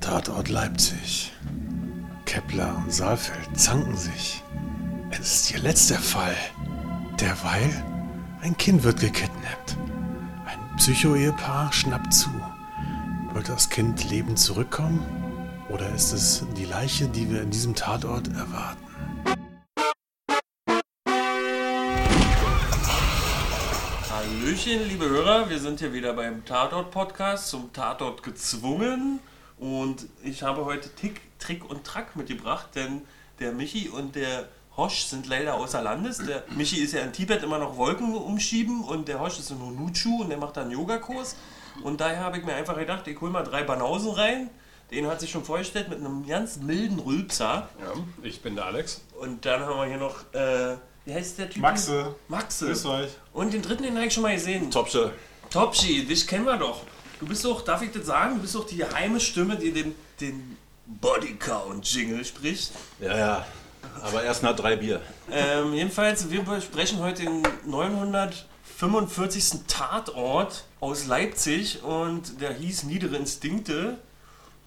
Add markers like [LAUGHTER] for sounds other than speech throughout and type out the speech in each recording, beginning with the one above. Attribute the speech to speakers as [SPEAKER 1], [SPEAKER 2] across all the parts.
[SPEAKER 1] Tatort Leipzig. Kepler und Saalfeld zanken sich. Es ist ihr letzter Fall. Derweil ein Kind wird gekidnappt. Ein Psycho-Ehepaar schnappt zu. Wird das Kind lebend zurückkommen? Oder ist es die Leiche, die wir in diesem Tatort erwarten?
[SPEAKER 2] Hallöchen, liebe Hörer, wir sind hier wieder beim Tatort-Podcast zum Tatort gezwungen. Und ich habe heute Tick, Trick und Track mitgebracht, denn der Michi und der Hosch sind leider außer Landes. Der Michi ist ja in Tibet immer noch Wolken umschieben und der Hosch ist in Honuchu und der macht da einen Yogakurs. Und daher habe ich mir einfach gedacht, ich hole mal drei Banausen rein. Den hat sich schon vorgestellt mit einem ganz milden Rülpser.
[SPEAKER 3] Ja, ich bin der Alex.
[SPEAKER 2] Und dann haben wir hier noch, äh, wie heißt der Typ?
[SPEAKER 4] Maxe.
[SPEAKER 2] Maxe.
[SPEAKER 4] Grüß euch.
[SPEAKER 2] Und den dritten, den habe ich schon mal gesehen.
[SPEAKER 3] Topsche.
[SPEAKER 2] Topschi, dich kennen wir doch. Du bist doch, darf ich das sagen, du bist doch die geheime Stimme, die den, den Bodycount-Jingle spricht.
[SPEAKER 3] Ja, ja. Aber erst nach drei Bier.
[SPEAKER 2] Ähm, jedenfalls, wir besprechen heute den 945. Tatort aus Leipzig und der hieß Niedere Instinkte.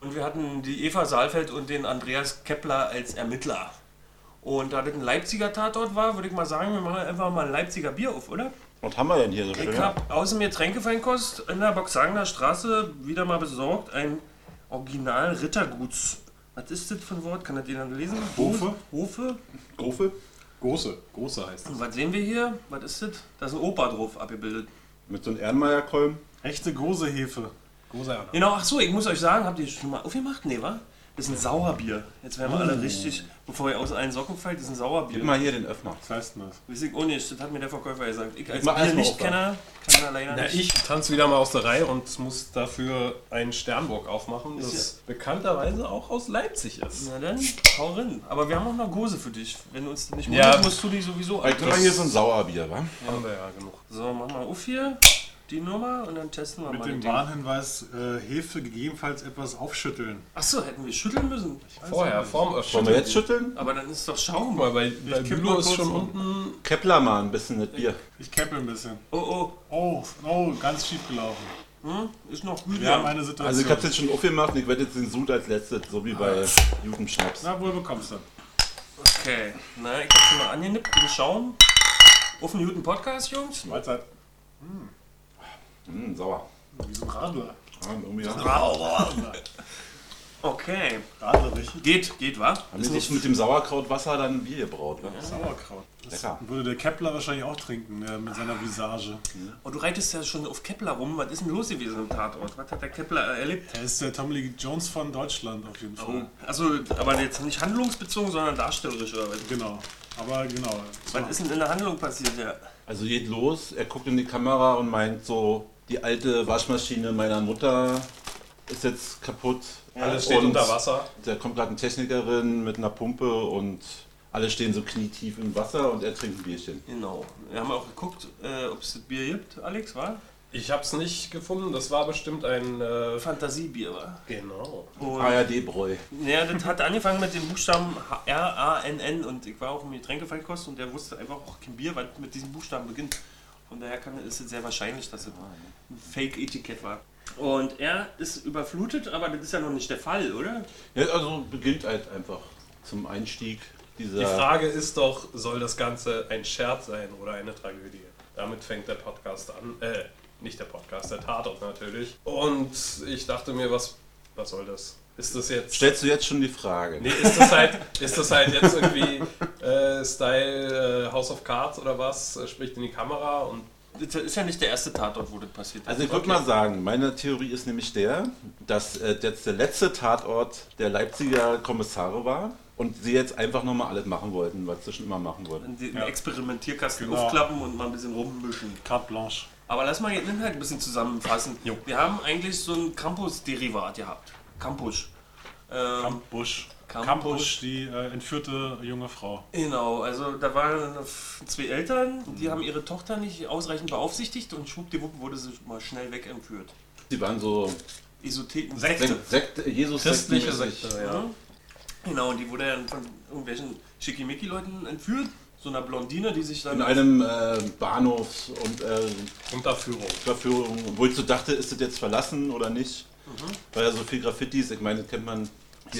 [SPEAKER 2] Und wir hatten die Eva Saalfeld und den Andreas Kepler als Ermittler. Und da das ein Leipziger Tatort war, würde ich mal sagen, wir machen einfach mal ein Leipziger Bier auf, oder?
[SPEAKER 3] Was haben wir denn hier so
[SPEAKER 2] Ich habe außer mir Tränkefeinkost in der Boxhagener Straße wieder mal besorgt. Ein Original Ritterguts. Was ist das für ein Wort? Kann das jeder lesen?
[SPEAKER 4] Hofe?
[SPEAKER 2] Hofe?
[SPEAKER 3] Grofe?
[SPEAKER 4] Große. Große heißt es.
[SPEAKER 2] Und was sehen wir hier? Was ist das? Da ist ein Opa drauf abgebildet.
[SPEAKER 3] Mit so einem Erdenmeierkolben?
[SPEAKER 4] Echte große Hefe. Große Ernte.
[SPEAKER 2] Genau, ach so, ich muss euch sagen, habt ihr schon mal aufgemacht? Nee, wa? Das ist ein Sauerbier. Jetzt werden wir
[SPEAKER 3] Mm.
[SPEAKER 2] alle richtig, bevor ihr aus allen Socken fällt, das ist ein Sauerbier.
[SPEAKER 3] Gib mal hier den Öffner.
[SPEAKER 4] Was heißt denn das?
[SPEAKER 2] Weiß ich auch nicht, das hat mir der Verkäufer gesagt. Ich als
[SPEAKER 3] Mach erst mal auf,
[SPEAKER 2] Bier-Nicht-Kenner kann da leider
[SPEAKER 3] Na,
[SPEAKER 2] nicht.
[SPEAKER 3] ich
[SPEAKER 5] tanze wieder mal aus der Reihe und muss dafür einen Sternburg aufmachen, das bekannterweise auch aus Leipzig ist.
[SPEAKER 2] Na dann, hau rein. Aber wir haben auch noch Gose für dich. Wenn du uns das nicht
[SPEAKER 5] Ja.
[SPEAKER 2] wundert, musst du die sowieso
[SPEAKER 3] Weil
[SPEAKER 2] anpassen.
[SPEAKER 3] Glöckner hier so ein Sauerbier, wa?
[SPEAKER 5] Haben wir ja genug.
[SPEAKER 2] So, machen wir auf hier die Nummer und dann testen wir
[SPEAKER 4] Mit
[SPEAKER 2] mal
[SPEAKER 4] dem
[SPEAKER 2] die Dinge.
[SPEAKER 4] Warnhinweis äh, Hefe gegebenenfalls etwas aufschütteln.
[SPEAKER 2] Achso, hätten wir schütteln müssen.
[SPEAKER 5] Vorher, vorm Öffnen.
[SPEAKER 3] Wollen wir jetzt schütteln?
[SPEAKER 2] Aber dann ist doch
[SPEAKER 5] Guck
[SPEAKER 2] Schaum.
[SPEAKER 5] mal, bei, bei
[SPEAKER 4] kipp
[SPEAKER 5] Bülow
[SPEAKER 4] mal
[SPEAKER 5] ist
[SPEAKER 4] kurz
[SPEAKER 5] schon
[SPEAKER 4] um.
[SPEAKER 5] unten.
[SPEAKER 3] Kepler mal ein bisschen das Bier.
[SPEAKER 4] Ich keppe ein bisschen.
[SPEAKER 2] Oh oh,
[SPEAKER 4] Oh, oh, ganz schief gelaufen.
[SPEAKER 2] hm? ist noch gut.
[SPEAKER 4] Wir haben eine Situation.
[SPEAKER 3] Also ich hab's jetzt schon aufgemacht und ich werde jetzt den Sud als letztes, so wie bei Jugendschnaps.
[SPEAKER 4] Na, wohl bekommst du.
[SPEAKER 2] Okay, na, ich hab schon mal angenippt, den Schaum. Auf einen guten Podcast, Jungs.
[SPEAKER 4] Weiter.
[SPEAKER 3] Hm, sauer.
[SPEAKER 4] Wie so ein Radler.
[SPEAKER 3] Ja, irgendwie ja.
[SPEAKER 2] [LAUGHS] Okay,
[SPEAKER 4] Radlerig.
[SPEAKER 2] geht, geht, wa?
[SPEAKER 3] Haben wir nicht mit dem Sauerkrautwasser dann ein Bier gebraut, wa?
[SPEAKER 4] Sauerkraut. Das
[SPEAKER 3] Lecker.
[SPEAKER 4] würde der Kepler wahrscheinlich auch trinken äh, mit seiner Visage.
[SPEAKER 2] Oh, du reitest ja schon auf Kepler rum. Was ist denn los gewesen im Tatort? Was hat der Kepler erlebt?
[SPEAKER 4] Er ist der Tommy Lee Jones von Deutschland auf jeden Fall.
[SPEAKER 2] Also, aber jetzt nicht handlungsbezogen, sondern darstellerisch oder was?
[SPEAKER 4] Genau. Aber genau.
[SPEAKER 2] Was ist denn in der Handlung passiert, ja?
[SPEAKER 3] Also geht los, er guckt in die Kamera und meint so, die alte Waschmaschine meiner Mutter ist jetzt kaputt.
[SPEAKER 5] Alles steht
[SPEAKER 3] Und
[SPEAKER 5] unter Wasser.
[SPEAKER 3] Da kommt gerade eine Technikerin mit einer Pumpe und alle stehen so knietief im Wasser und er trinkt ein Bierchen.
[SPEAKER 2] Genau. Wir haben auch geguckt, äh, ob es das Bier gibt, Alex, war?
[SPEAKER 5] Ich hab's nicht gefunden, das war bestimmt ein. Äh,
[SPEAKER 2] Fantasiebier war.
[SPEAKER 5] genau.
[SPEAKER 2] Und
[SPEAKER 3] ARD-Bräu.
[SPEAKER 2] ja, das hat angefangen mit dem Buchstaben H- R-A-N-N und ich war auch im Getränkefeinkost und der wusste einfach auch kein Bier, was mit diesem Buchstaben beginnt. Von daher kann, ist es sehr wahrscheinlich, dass es ein Fake-Etikett war. Und er ist überflutet, aber das ist ja noch nicht der Fall, oder?
[SPEAKER 3] Ja, also beginnt halt einfach zum Einstieg
[SPEAKER 5] Die
[SPEAKER 3] dieser...
[SPEAKER 5] Frage ist doch, soll das Ganze ein Scherz sein oder eine Tragödie? Damit fängt der Podcast an. Äh, nicht der Podcast, der Tatort natürlich. Und ich dachte mir, was, was soll das? Ist das jetzt.
[SPEAKER 3] Stellst du jetzt schon die Frage?
[SPEAKER 5] Nee, ist das halt, ist das halt jetzt irgendwie äh, Style äh, House of Cards oder was? Äh, Spricht in die Kamera und
[SPEAKER 2] Das ist ja nicht der erste Tatort, wo das passiert ist.
[SPEAKER 3] Also ich würde mal sagen, meine Theorie ist nämlich der, dass äh, jetzt der letzte Tatort der Leipziger Kommissare war und sie jetzt einfach nochmal alles machen wollten, was sie schon immer machen wollten.
[SPEAKER 2] Den
[SPEAKER 4] Ja.
[SPEAKER 2] Experimentierkasten
[SPEAKER 4] Genau.
[SPEAKER 2] aufklappen und mal ein bisschen rummischen.
[SPEAKER 4] Carte Blanche.
[SPEAKER 2] Aber lass mal den Inhalt ein bisschen zusammenfassen. Wir haben eigentlich so ein Campus-Derivat gehabt. Campus. Ähm,
[SPEAKER 4] Kampusch.
[SPEAKER 2] Kampusch.
[SPEAKER 4] Kampusch, die äh, entführte junge Frau.
[SPEAKER 2] Genau, also da waren f- zwei Eltern, die haben ihre Tochter nicht ausreichend beaufsichtigt und schwuppdiwupp wurde sie mal schnell wegentführt.
[SPEAKER 3] Sie waren so
[SPEAKER 2] Esotheken.
[SPEAKER 3] Sek- Sekte, Jesus
[SPEAKER 5] christliche Sekte, ja.
[SPEAKER 2] Mhm. Genau, und die wurde dann von irgendwelchen Schickimicki-Leuten entführt. So einer Blondine, die sich dann...
[SPEAKER 3] In einem äh, Bahnhof und äh,
[SPEAKER 5] Unterführung.
[SPEAKER 3] Verführung, wo ich so dachte, ist das jetzt verlassen oder nicht? Weil ja so viel Graffiti ist, ich meine, das kennt man. Hier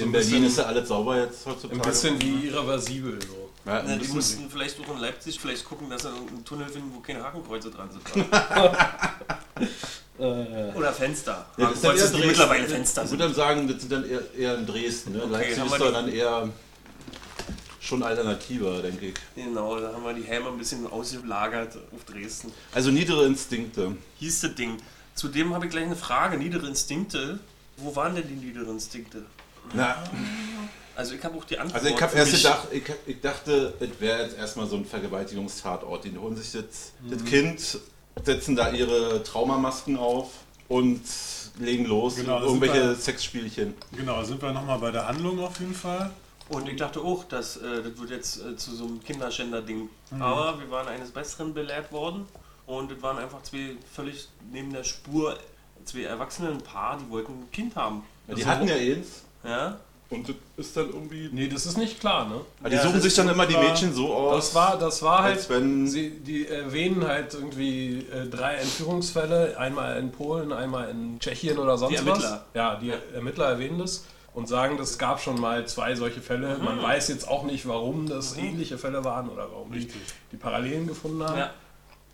[SPEAKER 5] So
[SPEAKER 3] in
[SPEAKER 5] ein
[SPEAKER 3] Berlin
[SPEAKER 5] bisschen-
[SPEAKER 3] ist ja alles sauber jetzt heutzutage.
[SPEAKER 5] Ein bisschen wie irreversibel so.
[SPEAKER 3] Ja,
[SPEAKER 2] Na,
[SPEAKER 3] ein
[SPEAKER 2] ne, die
[SPEAKER 3] bisschen.
[SPEAKER 2] mussten vielleicht auch in Leipzig vielleicht gucken, dass sie einen Tunnel finden, wo keine Hakenkreuze dran
[SPEAKER 3] [LAUGHS]
[SPEAKER 2] sind. Oder Fenster.
[SPEAKER 3] Ja, das ist dann
[SPEAKER 2] Hakenkreuze, die
[SPEAKER 3] eher Dresden.
[SPEAKER 2] mittlerweile Fenster
[SPEAKER 3] Ich würde
[SPEAKER 2] sind.
[SPEAKER 3] dann sagen, das sind dann eher, eher in Dresden. Ne? Leipzig
[SPEAKER 2] haben
[SPEAKER 3] ist
[SPEAKER 2] wir
[SPEAKER 3] doch
[SPEAKER 2] die-
[SPEAKER 3] dann eher schon alternativer, denke ich.
[SPEAKER 2] Genau, da haben wir die Helme ein bisschen ausgelagert auf Dresden.
[SPEAKER 3] Also niedere Instinkte.
[SPEAKER 2] Hieß das Ding. Zudem habe ich gleich eine Frage. Niedere Instinkte. Wo waren denn die niederen Instinkte?
[SPEAKER 3] Na,
[SPEAKER 2] Also ich habe auch die Antwort.
[SPEAKER 3] also ich habe
[SPEAKER 2] für
[SPEAKER 3] erst
[SPEAKER 2] mich.
[SPEAKER 3] gedacht, ich, ich dachte, es wäre jetzt erstmal so ein Vergewaltigungstatort. Die holen sich jetzt das Kind, setzen da ihre Traumamasken auf und legen los
[SPEAKER 4] Genau, das
[SPEAKER 3] irgendwelche
[SPEAKER 4] sind
[SPEAKER 3] Sexspielchen.
[SPEAKER 4] Genau, da sind wir nochmal bei der Handlung auf jeden Fall.
[SPEAKER 2] Und ich dachte auch, dass, äh, das wird jetzt äh, zu so einem Kinderschänder-Ding. Aber wir waren eines Besseren belehrt worden. Und das waren einfach zwei völlig neben der Spur, zwei erwachsenen Paar, die wollten ein Kind haben.
[SPEAKER 3] Ja, die hatten ja eins.
[SPEAKER 2] Ja?
[SPEAKER 3] Und das ist dann irgendwie.
[SPEAKER 5] Nee, das ist nicht klar, ne?
[SPEAKER 3] Aber die
[SPEAKER 2] Ja,
[SPEAKER 3] suchen
[SPEAKER 2] das
[SPEAKER 3] sich dann immer die
[SPEAKER 4] war-
[SPEAKER 3] Mädchen so aus.
[SPEAKER 5] Das war, das war
[SPEAKER 3] Als
[SPEAKER 5] halt,
[SPEAKER 3] wenn-
[SPEAKER 5] sie, die erwähnen halt irgendwie äh, drei Entführungsfälle, einmal in Polen, einmal in Tschechien oder sonst
[SPEAKER 2] Die Ermittler.
[SPEAKER 5] was. Ja, die Ermittler erwähnen das und sagen, es gab schon mal zwei solche Fälle. Man weiß jetzt auch nicht, warum das ähnliche Fälle waren oder warum die, die Parallelen gefunden haben.
[SPEAKER 2] Ja.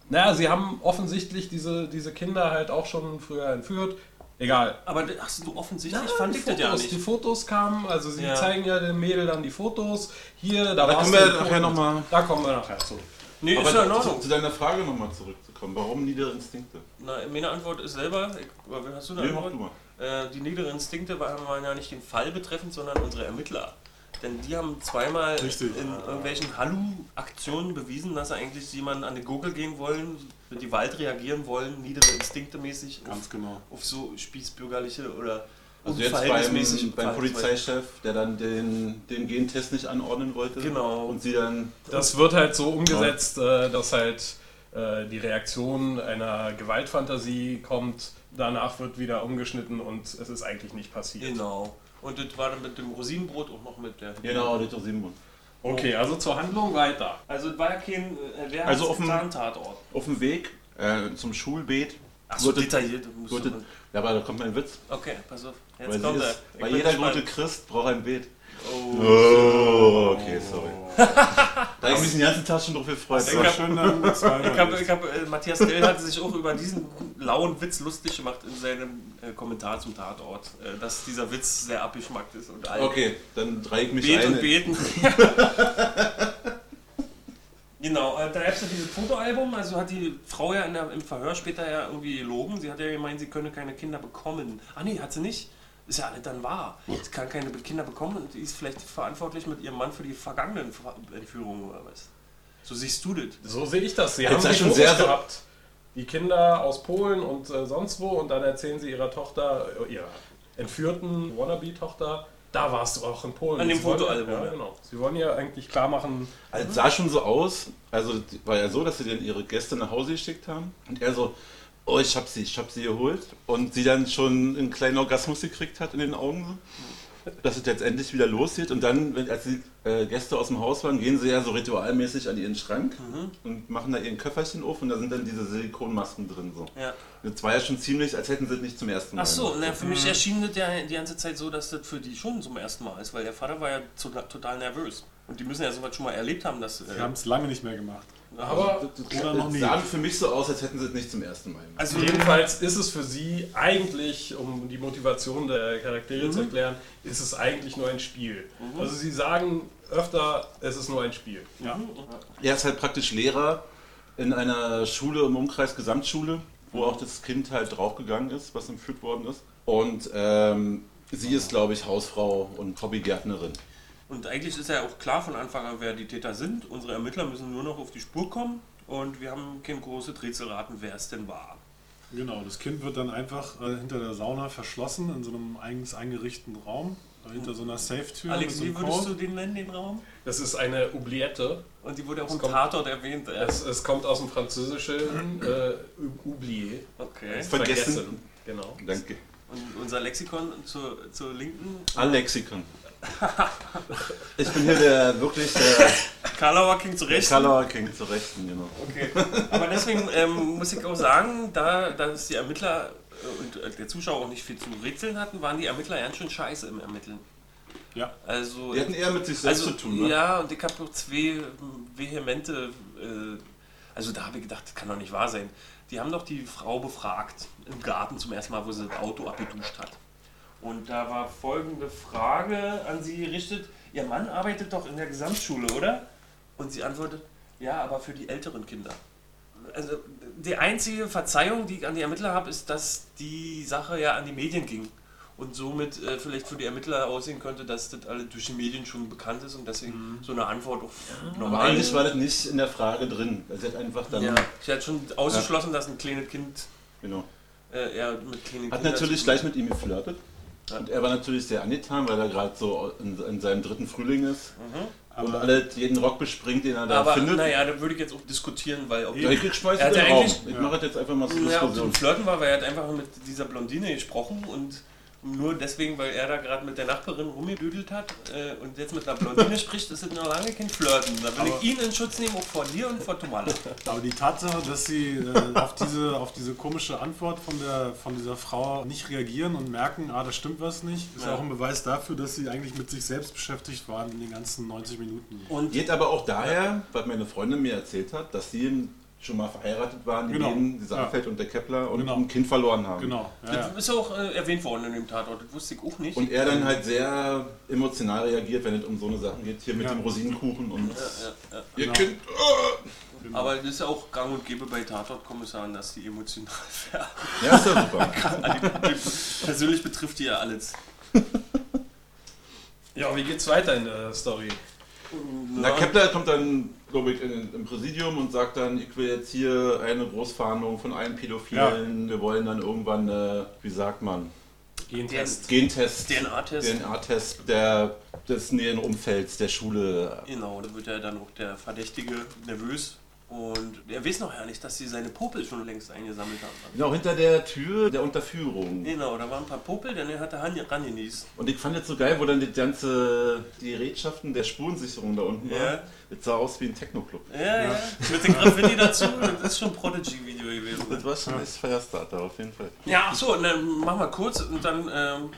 [SPEAKER 5] Naja, sie haben offensichtlich diese, diese Kinder halt auch schon früher entführt. Egal.
[SPEAKER 2] Aber das- ach, so offensichtlich
[SPEAKER 5] Ja,
[SPEAKER 2] fand
[SPEAKER 5] die
[SPEAKER 2] ich das ja
[SPEAKER 5] Fotos-
[SPEAKER 2] nicht.
[SPEAKER 5] Die Fotos kamen, also sie
[SPEAKER 2] Ja.
[SPEAKER 5] zeigen ja dem Mädel dann die Fotos. Hier, da,
[SPEAKER 3] Da
[SPEAKER 5] warst du
[SPEAKER 3] können wir
[SPEAKER 5] in Polen.
[SPEAKER 3] nachher noch mal-
[SPEAKER 5] Da kommen wir nachher zu.
[SPEAKER 2] Nee,
[SPEAKER 3] Aber
[SPEAKER 2] ist ja in
[SPEAKER 3] zu,
[SPEAKER 2] Ordnung.
[SPEAKER 3] zu deiner Frage nochmal zurückzukommen, warum niedere Instinkte?
[SPEAKER 2] Na, meine Antwort ist selber, ich, oder hast du eine
[SPEAKER 3] Nee, mach
[SPEAKER 2] Antwort?
[SPEAKER 3] du mal.
[SPEAKER 2] Äh, die niederen Instinkte waren waren ja nicht den Fall betreffend, sondern unsere Ermittler. Denn die haben zweimal
[SPEAKER 4] Richtig.
[SPEAKER 2] in irgendwelchen Hallu-Aktionen bewiesen, dass sie eigentlich jemanden an die Gurgel gehen wollen, mit die Wald reagieren wollen, niedere Instinkte mäßig auf,
[SPEAKER 4] Ganz genau.
[SPEAKER 2] auf so spießbürgerliche oder
[SPEAKER 3] Also jetzt
[SPEAKER 2] unverhältnismäßig
[SPEAKER 3] beim, beim Polizeichef, der dann den, den Gentest nicht anordnen wollte.
[SPEAKER 2] Genau.
[SPEAKER 3] Und sie dann.
[SPEAKER 5] Das wird halt so umgesetzt, äh, dass halt äh, die Reaktion einer Gewaltfantasie kommt, danach wird wieder umgeschnitten und es ist eigentlich nicht passiert.
[SPEAKER 2] Genau. Und das war dann mit dem Rosinenbrot auch noch mit der.
[SPEAKER 3] Genau, Dieter Simon.
[SPEAKER 5] Okay, also zur Handlung weiter.
[SPEAKER 2] Also es war ja kein äh, wer
[SPEAKER 3] Also
[SPEAKER 2] hat's
[SPEAKER 3] offen-
[SPEAKER 2] getan, Tatort.
[SPEAKER 3] Auf dem Weg äh, zum Schulbeet.
[SPEAKER 2] Ach so,
[SPEAKER 3] wurde-
[SPEAKER 2] detailliert. musst du
[SPEAKER 3] wurde-
[SPEAKER 2] mal-
[SPEAKER 3] ja, aber da kommt mein Witz.
[SPEAKER 2] Okay, pass auf. Jetzt
[SPEAKER 3] Weil,
[SPEAKER 2] kommt
[SPEAKER 3] sie
[SPEAKER 2] er.
[SPEAKER 3] ist,
[SPEAKER 2] Ich
[SPEAKER 3] weil
[SPEAKER 2] bin
[SPEAKER 3] jeder
[SPEAKER 2] gespannt.
[SPEAKER 3] gute Christ braucht ein Beet.
[SPEAKER 2] Oh.
[SPEAKER 3] Oh, okay,
[SPEAKER 2] [LAUGHS]
[SPEAKER 3] sorry. da habe ich mich den ganzen Tag schon drauf gefreut.
[SPEAKER 4] Das war
[SPEAKER 2] hab-
[SPEAKER 4] schön dann
[SPEAKER 2] Ich hab,
[SPEAKER 4] zweimal.
[SPEAKER 2] ich hab, äh, Matthias Dell hatte sich auch über diesen lauen Witz lustig gemacht in seinem äh, Kommentar zum Tatort, äh, dass dieser Witz sehr abgeschmackt ist und alt.
[SPEAKER 3] Okay, dann drehe ich mich
[SPEAKER 2] Bet
[SPEAKER 3] ein.
[SPEAKER 2] und beten. genau, äh, da gab es ja dieses Fotoalbum, also hat die Frau ja in der, im Verhör später ja irgendwie gelogen. Sie hat ja gemeint, sie könne keine Kinder bekommen. Ah nee, hat sie nicht. Ist ja alles dann wahr. Sie kann keine Kinder bekommen und die ist vielleicht verantwortlich mit ihrem Mann für die vergangenen Ver- Entführungen oder was. So siehst du das.
[SPEAKER 5] So sehe ich das. Sie
[SPEAKER 3] Jetzt
[SPEAKER 5] haben
[SPEAKER 3] sei
[SPEAKER 5] die
[SPEAKER 3] schon
[SPEAKER 5] Fotos
[SPEAKER 3] sehr so-
[SPEAKER 5] gehabt. Die Kinder aus Polen und äh, sonst wo und dann erzählen sie ihrer Tochter, äh, ihrer entführten Wannabe-Tochter, da warst du auch in Polen.
[SPEAKER 2] An dem
[SPEAKER 5] Sie wollen-
[SPEAKER 2] Fotoalbum,
[SPEAKER 5] Ja,
[SPEAKER 2] ja.
[SPEAKER 5] genau. Sie wollen ja eigentlich klar machen,
[SPEAKER 3] Also, es sah schon so aus, also die- war ja so, dass sie dann ihre Gäste nach Hause geschickt haben und er so, oh, ich hab sie, ich hab sie geholt und sie dann schon einen kleinen Orgasmus gekriegt hat in den Augen, so, dass es jetzt endlich wieder losgeht und dann, wenn, als die äh, Gäste aus dem Haus waren, gehen sie ja so ritualmäßig an ihren Schrank
[SPEAKER 2] Mhm.
[SPEAKER 3] und machen da ihren Köfferchen auf und da sind dann diese Silikonmasken drin so.
[SPEAKER 2] Ja.
[SPEAKER 3] Das war ja schon ziemlich, als hätten sie es nicht zum ersten Mal.
[SPEAKER 2] Ach so,
[SPEAKER 5] Ähm,
[SPEAKER 3] gemacht.
[SPEAKER 2] na, für mich
[SPEAKER 5] äh,
[SPEAKER 2] erschien das ja die ganze Zeit so, dass das für die schon zum ersten Mal ist, weil der Vater war ja zu, total nervös. Und die müssen ja sowas schon mal erlebt haben, dass.
[SPEAKER 4] Wir haben
[SPEAKER 2] Äh,
[SPEAKER 4] es lange nicht mehr gemacht.
[SPEAKER 5] aber
[SPEAKER 3] Das,
[SPEAKER 4] Oder noch
[SPEAKER 3] das
[SPEAKER 4] nie.
[SPEAKER 3] sah für mich so aus, als hätten sie es nicht zum ersten Mal. gemacht.
[SPEAKER 2] also,
[SPEAKER 5] Jedenfalls ist es für sie eigentlich, um die Motivation der
[SPEAKER 2] Mhm.
[SPEAKER 5] Charaktere zu erklären, ist es eigentlich nur ein Spiel. Also sie sagen öfter, es ist nur ein Spiel.
[SPEAKER 4] Ja.
[SPEAKER 3] Er ist halt praktisch Lehrer in einer Schule im Umkreis Gesamtschule,
[SPEAKER 2] Mhm.
[SPEAKER 3] wo auch das Kind halt draufgegangen ist, was entführt worden ist. Und ähm, sie ist, glaube ich, Hausfrau und Hobbygärtnerin.
[SPEAKER 2] und eigentlich ist ja auch klar von Anfang an, wer die Täter sind. Unsere Ermittler müssen nur noch auf die Spur kommen und wir haben kein großes Rätselraten, wer es denn war.
[SPEAKER 4] Genau, das Kind wird dann einfach äh, hinter der Sauna verschlossen in so einem eigens eingerichteten Raum. äh, Hinter so einer Safe-Tür.
[SPEAKER 2] Alex,
[SPEAKER 4] mit so einem
[SPEAKER 2] wie würdest du
[SPEAKER 4] Code.
[SPEAKER 2] den nennen, den Raum?
[SPEAKER 5] Das ist eine Oubliette.
[SPEAKER 2] Und die wurde auch im
[SPEAKER 5] kommt-
[SPEAKER 2] Tatort erwähnt. äh,
[SPEAKER 5] Es, es kommt aus dem
[SPEAKER 2] Mhm.
[SPEAKER 5] Französischen äh, Oublier.
[SPEAKER 2] Okay.
[SPEAKER 3] Vergessen.
[SPEAKER 5] Genau.
[SPEAKER 3] Danke.
[SPEAKER 2] Und unser Lexikon zur, zur Linken. [LAUGHS]
[SPEAKER 3] Alexikon. Ich bin hier der wirklich der,
[SPEAKER 2] Karlauer King zur
[SPEAKER 3] der
[SPEAKER 2] Rechten.
[SPEAKER 3] Color King zu Rechten, genau.
[SPEAKER 2] Okay. Aber deswegen ähm, muss ich auch sagen, da, dass die Ermittler und äh, der Zuschauer auch nicht viel zu rätseln hatten, waren die Ermittler ganz schön scheiße im Ermitteln.
[SPEAKER 4] Ja.
[SPEAKER 2] Also,
[SPEAKER 3] Die hatten eher mit sich selbst zu tun, ne?
[SPEAKER 2] Ja, und ich habe noch zwei ähm, vehemente, äh, also da habe ich gedacht, das kann doch nicht wahr sein. Die haben doch die Frau befragt im Garten zum ersten Mal, wo sie das Auto abgeduscht hat. Und da war folgende Frage an sie gerichtet. Ihr Mann arbeitet doch in der Gesamtschule, oder? Und sie antwortet, ja, aber für die älteren Kinder. Also die einzige Verzeihung, die ich an die Ermittler habe, ist, dass die Sache ja an die Medien ging. Und somit äh, vielleicht für die Ermittler aussehen könnte, dass das alle durch die Medien schon bekannt ist und deswegen so eine Antwort auf
[SPEAKER 3] Mhm. Aber
[SPEAKER 2] normal
[SPEAKER 3] eigentlich
[SPEAKER 2] ist.
[SPEAKER 3] war das nicht in der Frage drin. Sie hat einfach dann.
[SPEAKER 2] Ja, ich hatte schon ausgeschlossen, dass ein kleines Kind
[SPEAKER 3] Genau.
[SPEAKER 2] äh, ja, mit kleinen
[SPEAKER 3] Hat
[SPEAKER 2] Kindern
[SPEAKER 3] natürlich
[SPEAKER 2] zu-
[SPEAKER 3] gleich mit ihm geflirtet.
[SPEAKER 2] Ja.
[SPEAKER 3] Und er war natürlich sehr angetan, weil er gerade so in, in seinem dritten Frühling ist und
[SPEAKER 4] Aber
[SPEAKER 3] alle jeden Rock bespringt, den er da
[SPEAKER 2] Mhm. Aber
[SPEAKER 3] findet.
[SPEAKER 2] naja, da würde ich jetzt auch diskutieren, weil ob
[SPEAKER 3] Ja, ich schmeiß
[SPEAKER 2] Er hat
[SPEAKER 3] ihn in den
[SPEAKER 2] ja
[SPEAKER 3] Raum.
[SPEAKER 2] eigentlich-
[SPEAKER 3] Ich mache das jetzt einfach mal zur
[SPEAKER 2] Ja, ob so
[SPEAKER 3] Diskussion.
[SPEAKER 2] ein Flirten war, weil er hat einfach mit dieser Blondine gesprochen und nur deswegen, weil er da gerade mit der Nachbarin rumgedüdelt hat äh, und jetzt mit einer Blondine [LAUGHS] spricht, ist es noch lange kein Flirten. Da will
[SPEAKER 4] Aber-
[SPEAKER 2] ich ihn in Schutz nehmen, auch vor dir und vor Tomala.
[SPEAKER 4] Aber die Tatsache, dass sie äh, auf, diese, auf diese komische Antwort von, der, von dieser Frau nicht reagieren und merken, ah, da stimmt was nicht, ist
[SPEAKER 2] Ja.
[SPEAKER 4] ja. auch ein Beweis dafür, dass sie eigentlich mit sich selbst beschäftigt waren in den ganzen 90 Minuten.
[SPEAKER 2] Und
[SPEAKER 3] Geht aber auch daher, weil meine Freundin mir erzählt hat, dass sie schon mal verheiratet waren, die
[SPEAKER 4] Genau.
[SPEAKER 3] beiden, die
[SPEAKER 4] Ja.
[SPEAKER 3] Saalfeld und der Kepler, und
[SPEAKER 4] Genau.
[SPEAKER 3] ein Kind verloren haben.
[SPEAKER 4] Genau, ja,
[SPEAKER 2] das
[SPEAKER 4] ja.
[SPEAKER 2] ist auch äh, erwähnt worden in dem Tatort, das wusste ich auch nicht.
[SPEAKER 3] Und er dann halt sehr emotional reagiert, wenn es um so eine Sachen geht, hier mit
[SPEAKER 4] Ja.
[SPEAKER 3] dem Rosinenkuchen und
[SPEAKER 2] ja, ja.
[SPEAKER 3] ihr
[SPEAKER 4] Genau.
[SPEAKER 3] Kind.
[SPEAKER 2] Aber das ist ja auch gang und gäbe bei Tatortkommissaren, dass die emotional [LAUGHS] werden.
[SPEAKER 3] Ja, ist ja
[SPEAKER 2] [LAUGHS]
[SPEAKER 3] super.
[SPEAKER 2] Persönlich betrifft die ja alles.
[SPEAKER 5] Ja, wie geht's weiter in der Story?
[SPEAKER 3] Na, Kepler kommt dann, glaube ich, in, im Präsidium und sagt dann, ich will jetzt hier eine Großfahndung von allen Pädophilen. Wir wollen dann irgendwann, äh, wie sagt man,
[SPEAKER 5] Gentest.
[SPEAKER 3] Gentest,
[SPEAKER 2] DNA-Test.
[SPEAKER 3] DNA-Test der, des näheren Umfelds der Schule.
[SPEAKER 2] Genau, da wird ja dann auch der Verdächtige nervös und er weiß noch ja nicht, dass sie seine Popel schon längst eingesammelt haben.
[SPEAKER 3] Genau, hinter der Tür der Unterführung.
[SPEAKER 2] Genau, da waren ein paar Popel, denn er hatte Han Ranjenis.
[SPEAKER 3] Und ich fand das so geil, wo dann die ganze, die Rätschaften der Spurensicherung da unten
[SPEAKER 2] Ja.
[SPEAKER 3] waren. Das sah aus wie ein Techno-Club.
[SPEAKER 2] Ja, ja, mit den Graffiti dazu, das ist schon ein Prodigy-Video
[SPEAKER 3] Das
[SPEAKER 2] gewesen.
[SPEAKER 3] war schon ein echt Firestarter, auf jeden Fall.
[SPEAKER 2] Ja, achso, und dann machen wir kurz und dann, ähm,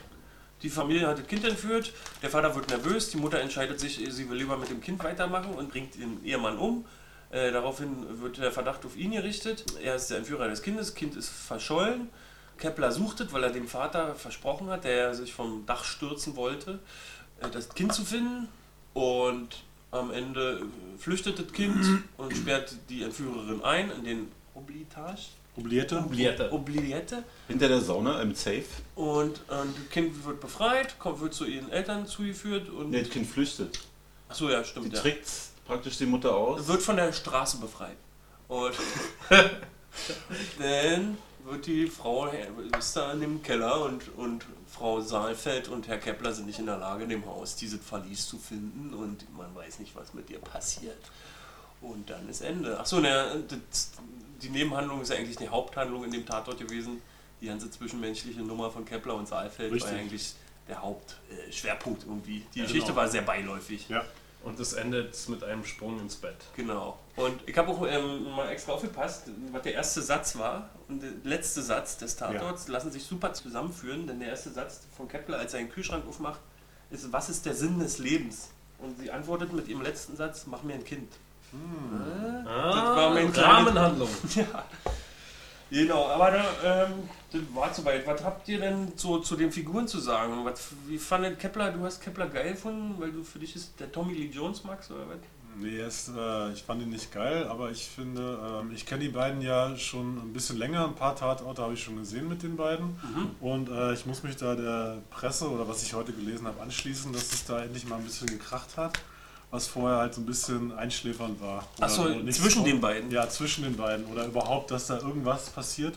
[SPEAKER 2] die Familie hat das Kind entführt, der Vater wird nervös, die Mutter entscheidet sich, sie will lieber mit dem Kind weitermachen und bringt den Ehemann um. Äh, daraufhin wird der Verdacht auf ihn gerichtet. Er ist der Entführer des Kindes, Kind ist verschollen. Kepler sucht es, weil er dem Vater versprochen hat, der sich vom Dach stürzen wollte, äh, das Kind zu finden. Und am Ende äh, flüchtet das Kind und sperrt die Entführerin ein in den Oblitage.
[SPEAKER 4] Obliette?
[SPEAKER 5] Bliette.
[SPEAKER 2] Obliette.
[SPEAKER 3] Hinter der Sauna im Safe.
[SPEAKER 2] Und ähm, das Kind wird befreit, kommt, wird zu ihren Eltern zugeführt und.
[SPEAKER 3] Nee, das Kind flüchtet.
[SPEAKER 2] Achso, ja,
[SPEAKER 3] Die
[SPEAKER 2] stimmt. Ja.
[SPEAKER 3] trickt praktisch die Mutter aus.
[SPEAKER 2] Wird von der Straße befreit.
[SPEAKER 4] [LAUGHS]
[SPEAKER 2] Und dann wird die Frau ist da in dem Keller und, und Frau Saalfeld und Herr Kepler sind nicht in der Lage, in dem Haus dieses Verlies zu finden und man weiß nicht, was mit ihr passiert. Und dann ist Ende. Achso, ne, das- die Nebenhandlung ist ja eigentlich die Haupthandlung in dem Tatort gewesen. Die ganze zwischenmenschliche Nummer von Kepler und Saalfeld
[SPEAKER 4] Richtig.
[SPEAKER 2] war eigentlich der Hauptschwerpunkt äh, Schwerpunkt irgendwie. Die
[SPEAKER 4] Ja,
[SPEAKER 2] Geschichte
[SPEAKER 4] genau.
[SPEAKER 2] war sehr beiläufig.
[SPEAKER 4] Ja.
[SPEAKER 5] Und es endet mit einem Sprung ins Bett.
[SPEAKER 2] Genau. Und ich habe auch ähm, mal extra aufgepasst, was der erste Satz war und der letzte Satz des Tatorts lassen sich super zusammenführen, denn der erste Satz von Kepler, als er einen Kühlschrank aufmacht, ist, was ist der Sinn des Lebens? Und sie antwortet mit ihrem letzten Satz, mach mir ein Kind.
[SPEAKER 5] Ah,
[SPEAKER 2] war mein
[SPEAKER 5] Rahmenhandlung.
[SPEAKER 2] [LAUGHS] Ja. Genau, aber da, ähm, das war zu weit. Was habt ihr denn zu, zu den Figuren zu sagen? Was, wie fandet Kepler, du hast Kepler geil gefunden, weil du für dich ist der Tommy Lee Jones magst oder was?
[SPEAKER 4] Nee, es, äh, ich fand ihn nicht geil, aber ich finde, ähm, ich kenne die beiden ja schon ein bisschen länger. Ein paar Tatorte habe ich schon gesehen mit den beiden.
[SPEAKER 2] Mhm.
[SPEAKER 4] Und äh, ich muss mich da der Presse oder was ich heute gelesen habe anschließen, dass es da endlich mal ein bisschen gekracht hat, was vorher halt so ein bisschen einschläfernd war. Oder
[SPEAKER 2] Ach so,
[SPEAKER 4] wo nichts
[SPEAKER 2] zwischen
[SPEAKER 4] vor-
[SPEAKER 2] den beiden.
[SPEAKER 4] Ja, zwischen den beiden. Oder überhaupt, dass da irgendwas passiert,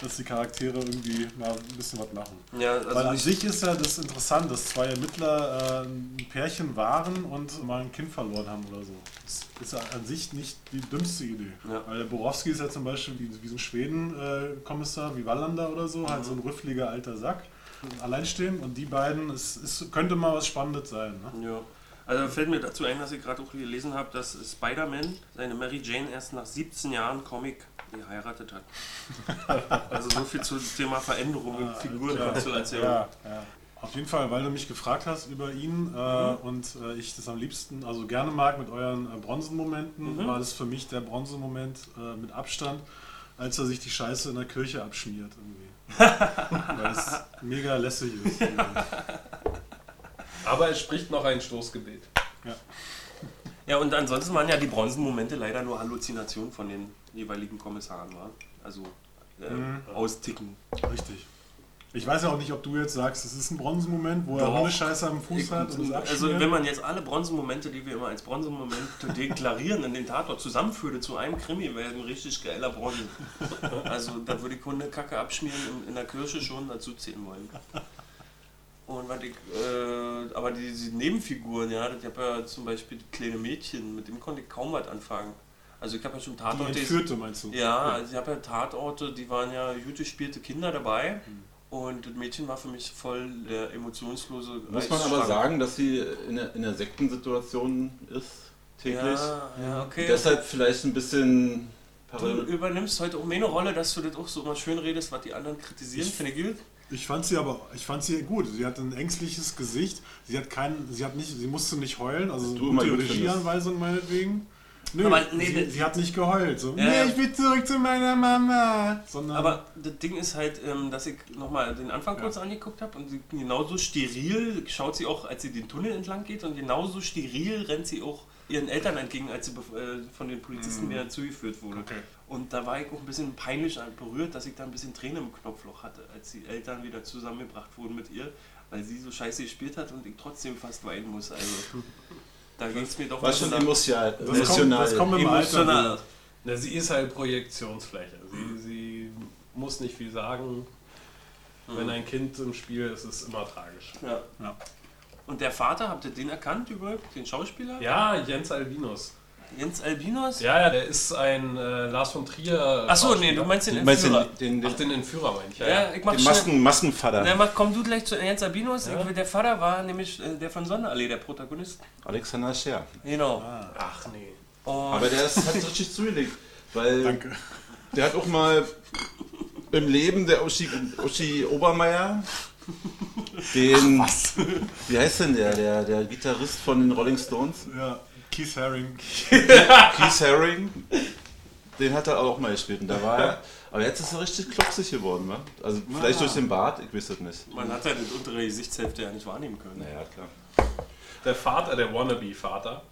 [SPEAKER 4] dass die Charaktere irgendwie mal ein bisschen was machen.
[SPEAKER 2] Ja,
[SPEAKER 4] Weil an sich ist ja das interessant, dass zwei Ermittler äh, ein Pärchen waren und mal ein Kind verloren haben oder so. Das ist ja an sich nicht die dümmste Idee.
[SPEAKER 2] Ja.
[SPEAKER 4] Weil der Borowski ist ja zum Beispiel wie, wie so ein Schweden-Kommissar, äh, wie Wallander oder so, halt so ein rüffliger alter Sack. Alleinstehend und die beiden, es, es könnte mal was Spannendes sein. Ne?
[SPEAKER 2] Ja. Also fällt mir dazu ein, dass ich gerade auch gelesen habe, dass Spider-Man seine Mary Jane erst nach 17 Jahren Comic geheiratet hat.
[SPEAKER 4] [LAUGHS]
[SPEAKER 2] also so viel zum Thema Veränderung und Figurenkonstellation.
[SPEAKER 4] Ja, ja. Auf jeden Fall, weil du mich gefragt hast über ihn äh,
[SPEAKER 2] Mhm.
[SPEAKER 4] und äh, ich das am liebsten, also gerne mag mit euren äh, Bronzenmomenten,
[SPEAKER 2] Mhm.
[SPEAKER 4] war das für mich der Bronzenmoment äh, mit Abstand, als er sich die Scheiße in der Kirche abschmiert
[SPEAKER 2] [LAUGHS]
[SPEAKER 4] irgendwie. weil es mega lässig ist.
[SPEAKER 5] Aber es spricht noch ein Stoßgebet.
[SPEAKER 2] Ja, und ansonsten waren ja die Bronzenmomente leider nur Halluzinationen von den jeweiligen Kommissaren, war. Also äh,
[SPEAKER 4] Mhm.
[SPEAKER 2] austicken.
[SPEAKER 4] Richtig. Ich weiß ja auch nicht, ob du jetzt sagst, es ist ein Bronzenmoment, wo er
[SPEAKER 2] Doch.
[SPEAKER 4] Hundescheiße am Fuß hat und es
[SPEAKER 2] Also
[SPEAKER 4] abschmiert.
[SPEAKER 2] wenn man jetzt alle Bronzenmomente, die wir immer als Bronzenmomente deklarieren, in den Tatort zusammenführte zu einem Krimi, wäre ein richtig geiler Bronze. Also da würde ich Hundekacke abschmieren in, in der Kirche schon dazu zählen wollen. Und was ich, äh, aber diese Nebenfiguren, ja, ich habe ja zum Beispiel das kleine Mädchen, mit dem konnte ich kaum was anfangen. Also ich habe ja schon
[SPEAKER 4] die
[SPEAKER 2] Tatort
[SPEAKER 4] entführte, meinst du?
[SPEAKER 2] Ja, also ich habe ja Tatorte, die waren ja gut gespielte Kinder dabei.
[SPEAKER 4] Hm.
[SPEAKER 2] Und das Mädchen war für mich voll der emotionslose.
[SPEAKER 3] Muss man aber
[SPEAKER 2] Reizschrank.
[SPEAKER 3] sagen, dass sie in der, in der Sektensituation ist, täglich.
[SPEAKER 2] Ja, ja, okay.
[SPEAKER 3] Deshalb vielleicht ein bisschen
[SPEAKER 2] du
[SPEAKER 3] parallel.
[SPEAKER 2] übernimmst heute auch meine Rolle, dass du das auch so immer schön redest, was die anderen kritisieren. Finde ich gut.
[SPEAKER 4] Ich fand sie aber, ich fand sie gut. Sie hat ein ängstliches Gesicht. Sie hat keinen, sie hat nicht, sie musste nicht heulen. Also
[SPEAKER 3] du immer
[SPEAKER 4] gute
[SPEAKER 3] gut findest.
[SPEAKER 4] Regieanweisung meinetwegen. Nö,
[SPEAKER 2] Aber nee,
[SPEAKER 4] sie,
[SPEAKER 2] das-
[SPEAKER 4] sie hat nicht geheult. So,
[SPEAKER 2] Ja,
[SPEAKER 4] nee,
[SPEAKER 2] ja.
[SPEAKER 4] ich will zurück zu meiner Mama. Sondern,
[SPEAKER 2] Aber das Ding ist halt, ähm, dass ich nochmal den Anfang
[SPEAKER 4] Ja.
[SPEAKER 2] kurz angeguckt habe und sie genauso steril schaut sie auch, als sie den Tunnel entlang geht und genauso steril rennt sie auch ihren Eltern entgegen, als sie bef- äh, von den Polizisten wieder zugeführt wurde.
[SPEAKER 4] Mhm. Okay.
[SPEAKER 2] Und da war ich auch ein bisschen peinlich berührt, dass ich da ein bisschen Tränen im Knopfloch hatte, als die Eltern wieder zusammengebracht wurden mit ihr, weil sie so scheiße gespielt hat und ich trotzdem fast weinen muss. Also da ging es mir doch
[SPEAKER 3] War
[SPEAKER 2] ein
[SPEAKER 3] schon
[SPEAKER 2] bisschen ab.
[SPEAKER 3] emotional.
[SPEAKER 4] das kommt, das kommt im Alter.
[SPEAKER 2] emotional.
[SPEAKER 5] Na, sie ist halt Projektionsfläche. Sie, sie muss nicht viel sagen.
[SPEAKER 2] Mhm.
[SPEAKER 5] Wenn ein Kind im Spiel ist, ist es immer tragisch.
[SPEAKER 2] Ja.
[SPEAKER 4] Ja.
[SPEAKER 2] Und der Vater, habt ihr den erkannt überhaupt, den Schauspieler?
[SPEAKER 5] Ja, Jens Albinus.
[SPEAKER 2] Jens Albinos?
[SPEAKER 5] Ja, ja, der ist ein äh, Lars von Trier.
[SPEAKER 2] Achso, nee, du meinst den
[SPEAKER 3] Du meinst den,
[SPEAKER 2] Entführer.
[SPEAKER 3] den,
[SPEAKER 5] Ach,
[SPEAKER 3] den,
[SPEAKER 5] den Entführer meine ich. Ja, ja.
[SPEAKER 2] Ja, ich mach
[SPEAKER 3] den
[SPEAKER 2] schnell.
[SPEAKER 3] Masken, Maskenvater.
[SPEAKER 4] Ne-
[SPEAKER 2] Na, mach, komm du gleich zu Jens Albinos.
[SPEAKER 5] Ja.
[SPEAKER 2] Ich, der Vater war nämlich äh, der von Sonderallee, der Protagonist.
[SPEAKER 3] Alexander Scher.
[SPEAKER 2] Genau.
[SPEAKER 5] Ach nee.
[SPEAKER 2] Und
[SPEAKER 3] Aber der ist, hat richtig zugelegt, weil
[SPEAKER 4] Danke.
[SPEAKER 3] der hat auch mal im Leben der Uschi, Uschi Obermeier den. Wie heißt denn der? Der, der Gitarrist von den Rolling Stones?
[SPEAKER 4] Ja, Keith Haring.
[SPEAKER 3] Keith Haring. Den hat er auch mal gespielt und da war er. Aber jetzt ist er richtig klopsig geworden, wa? Also
[SPEAKER 5] Ah.
[SPEAKER 3] vielleicht durch den Bart, ich weiß das nicht.
[SPEAKER 2] man hat ja die untere Gesichtshälfte ja nicht wahrnehmen können.
[SPEAKER 3] Naja, klar.
[SPEAKER 5] Der Vater, der Wannabe-Vater,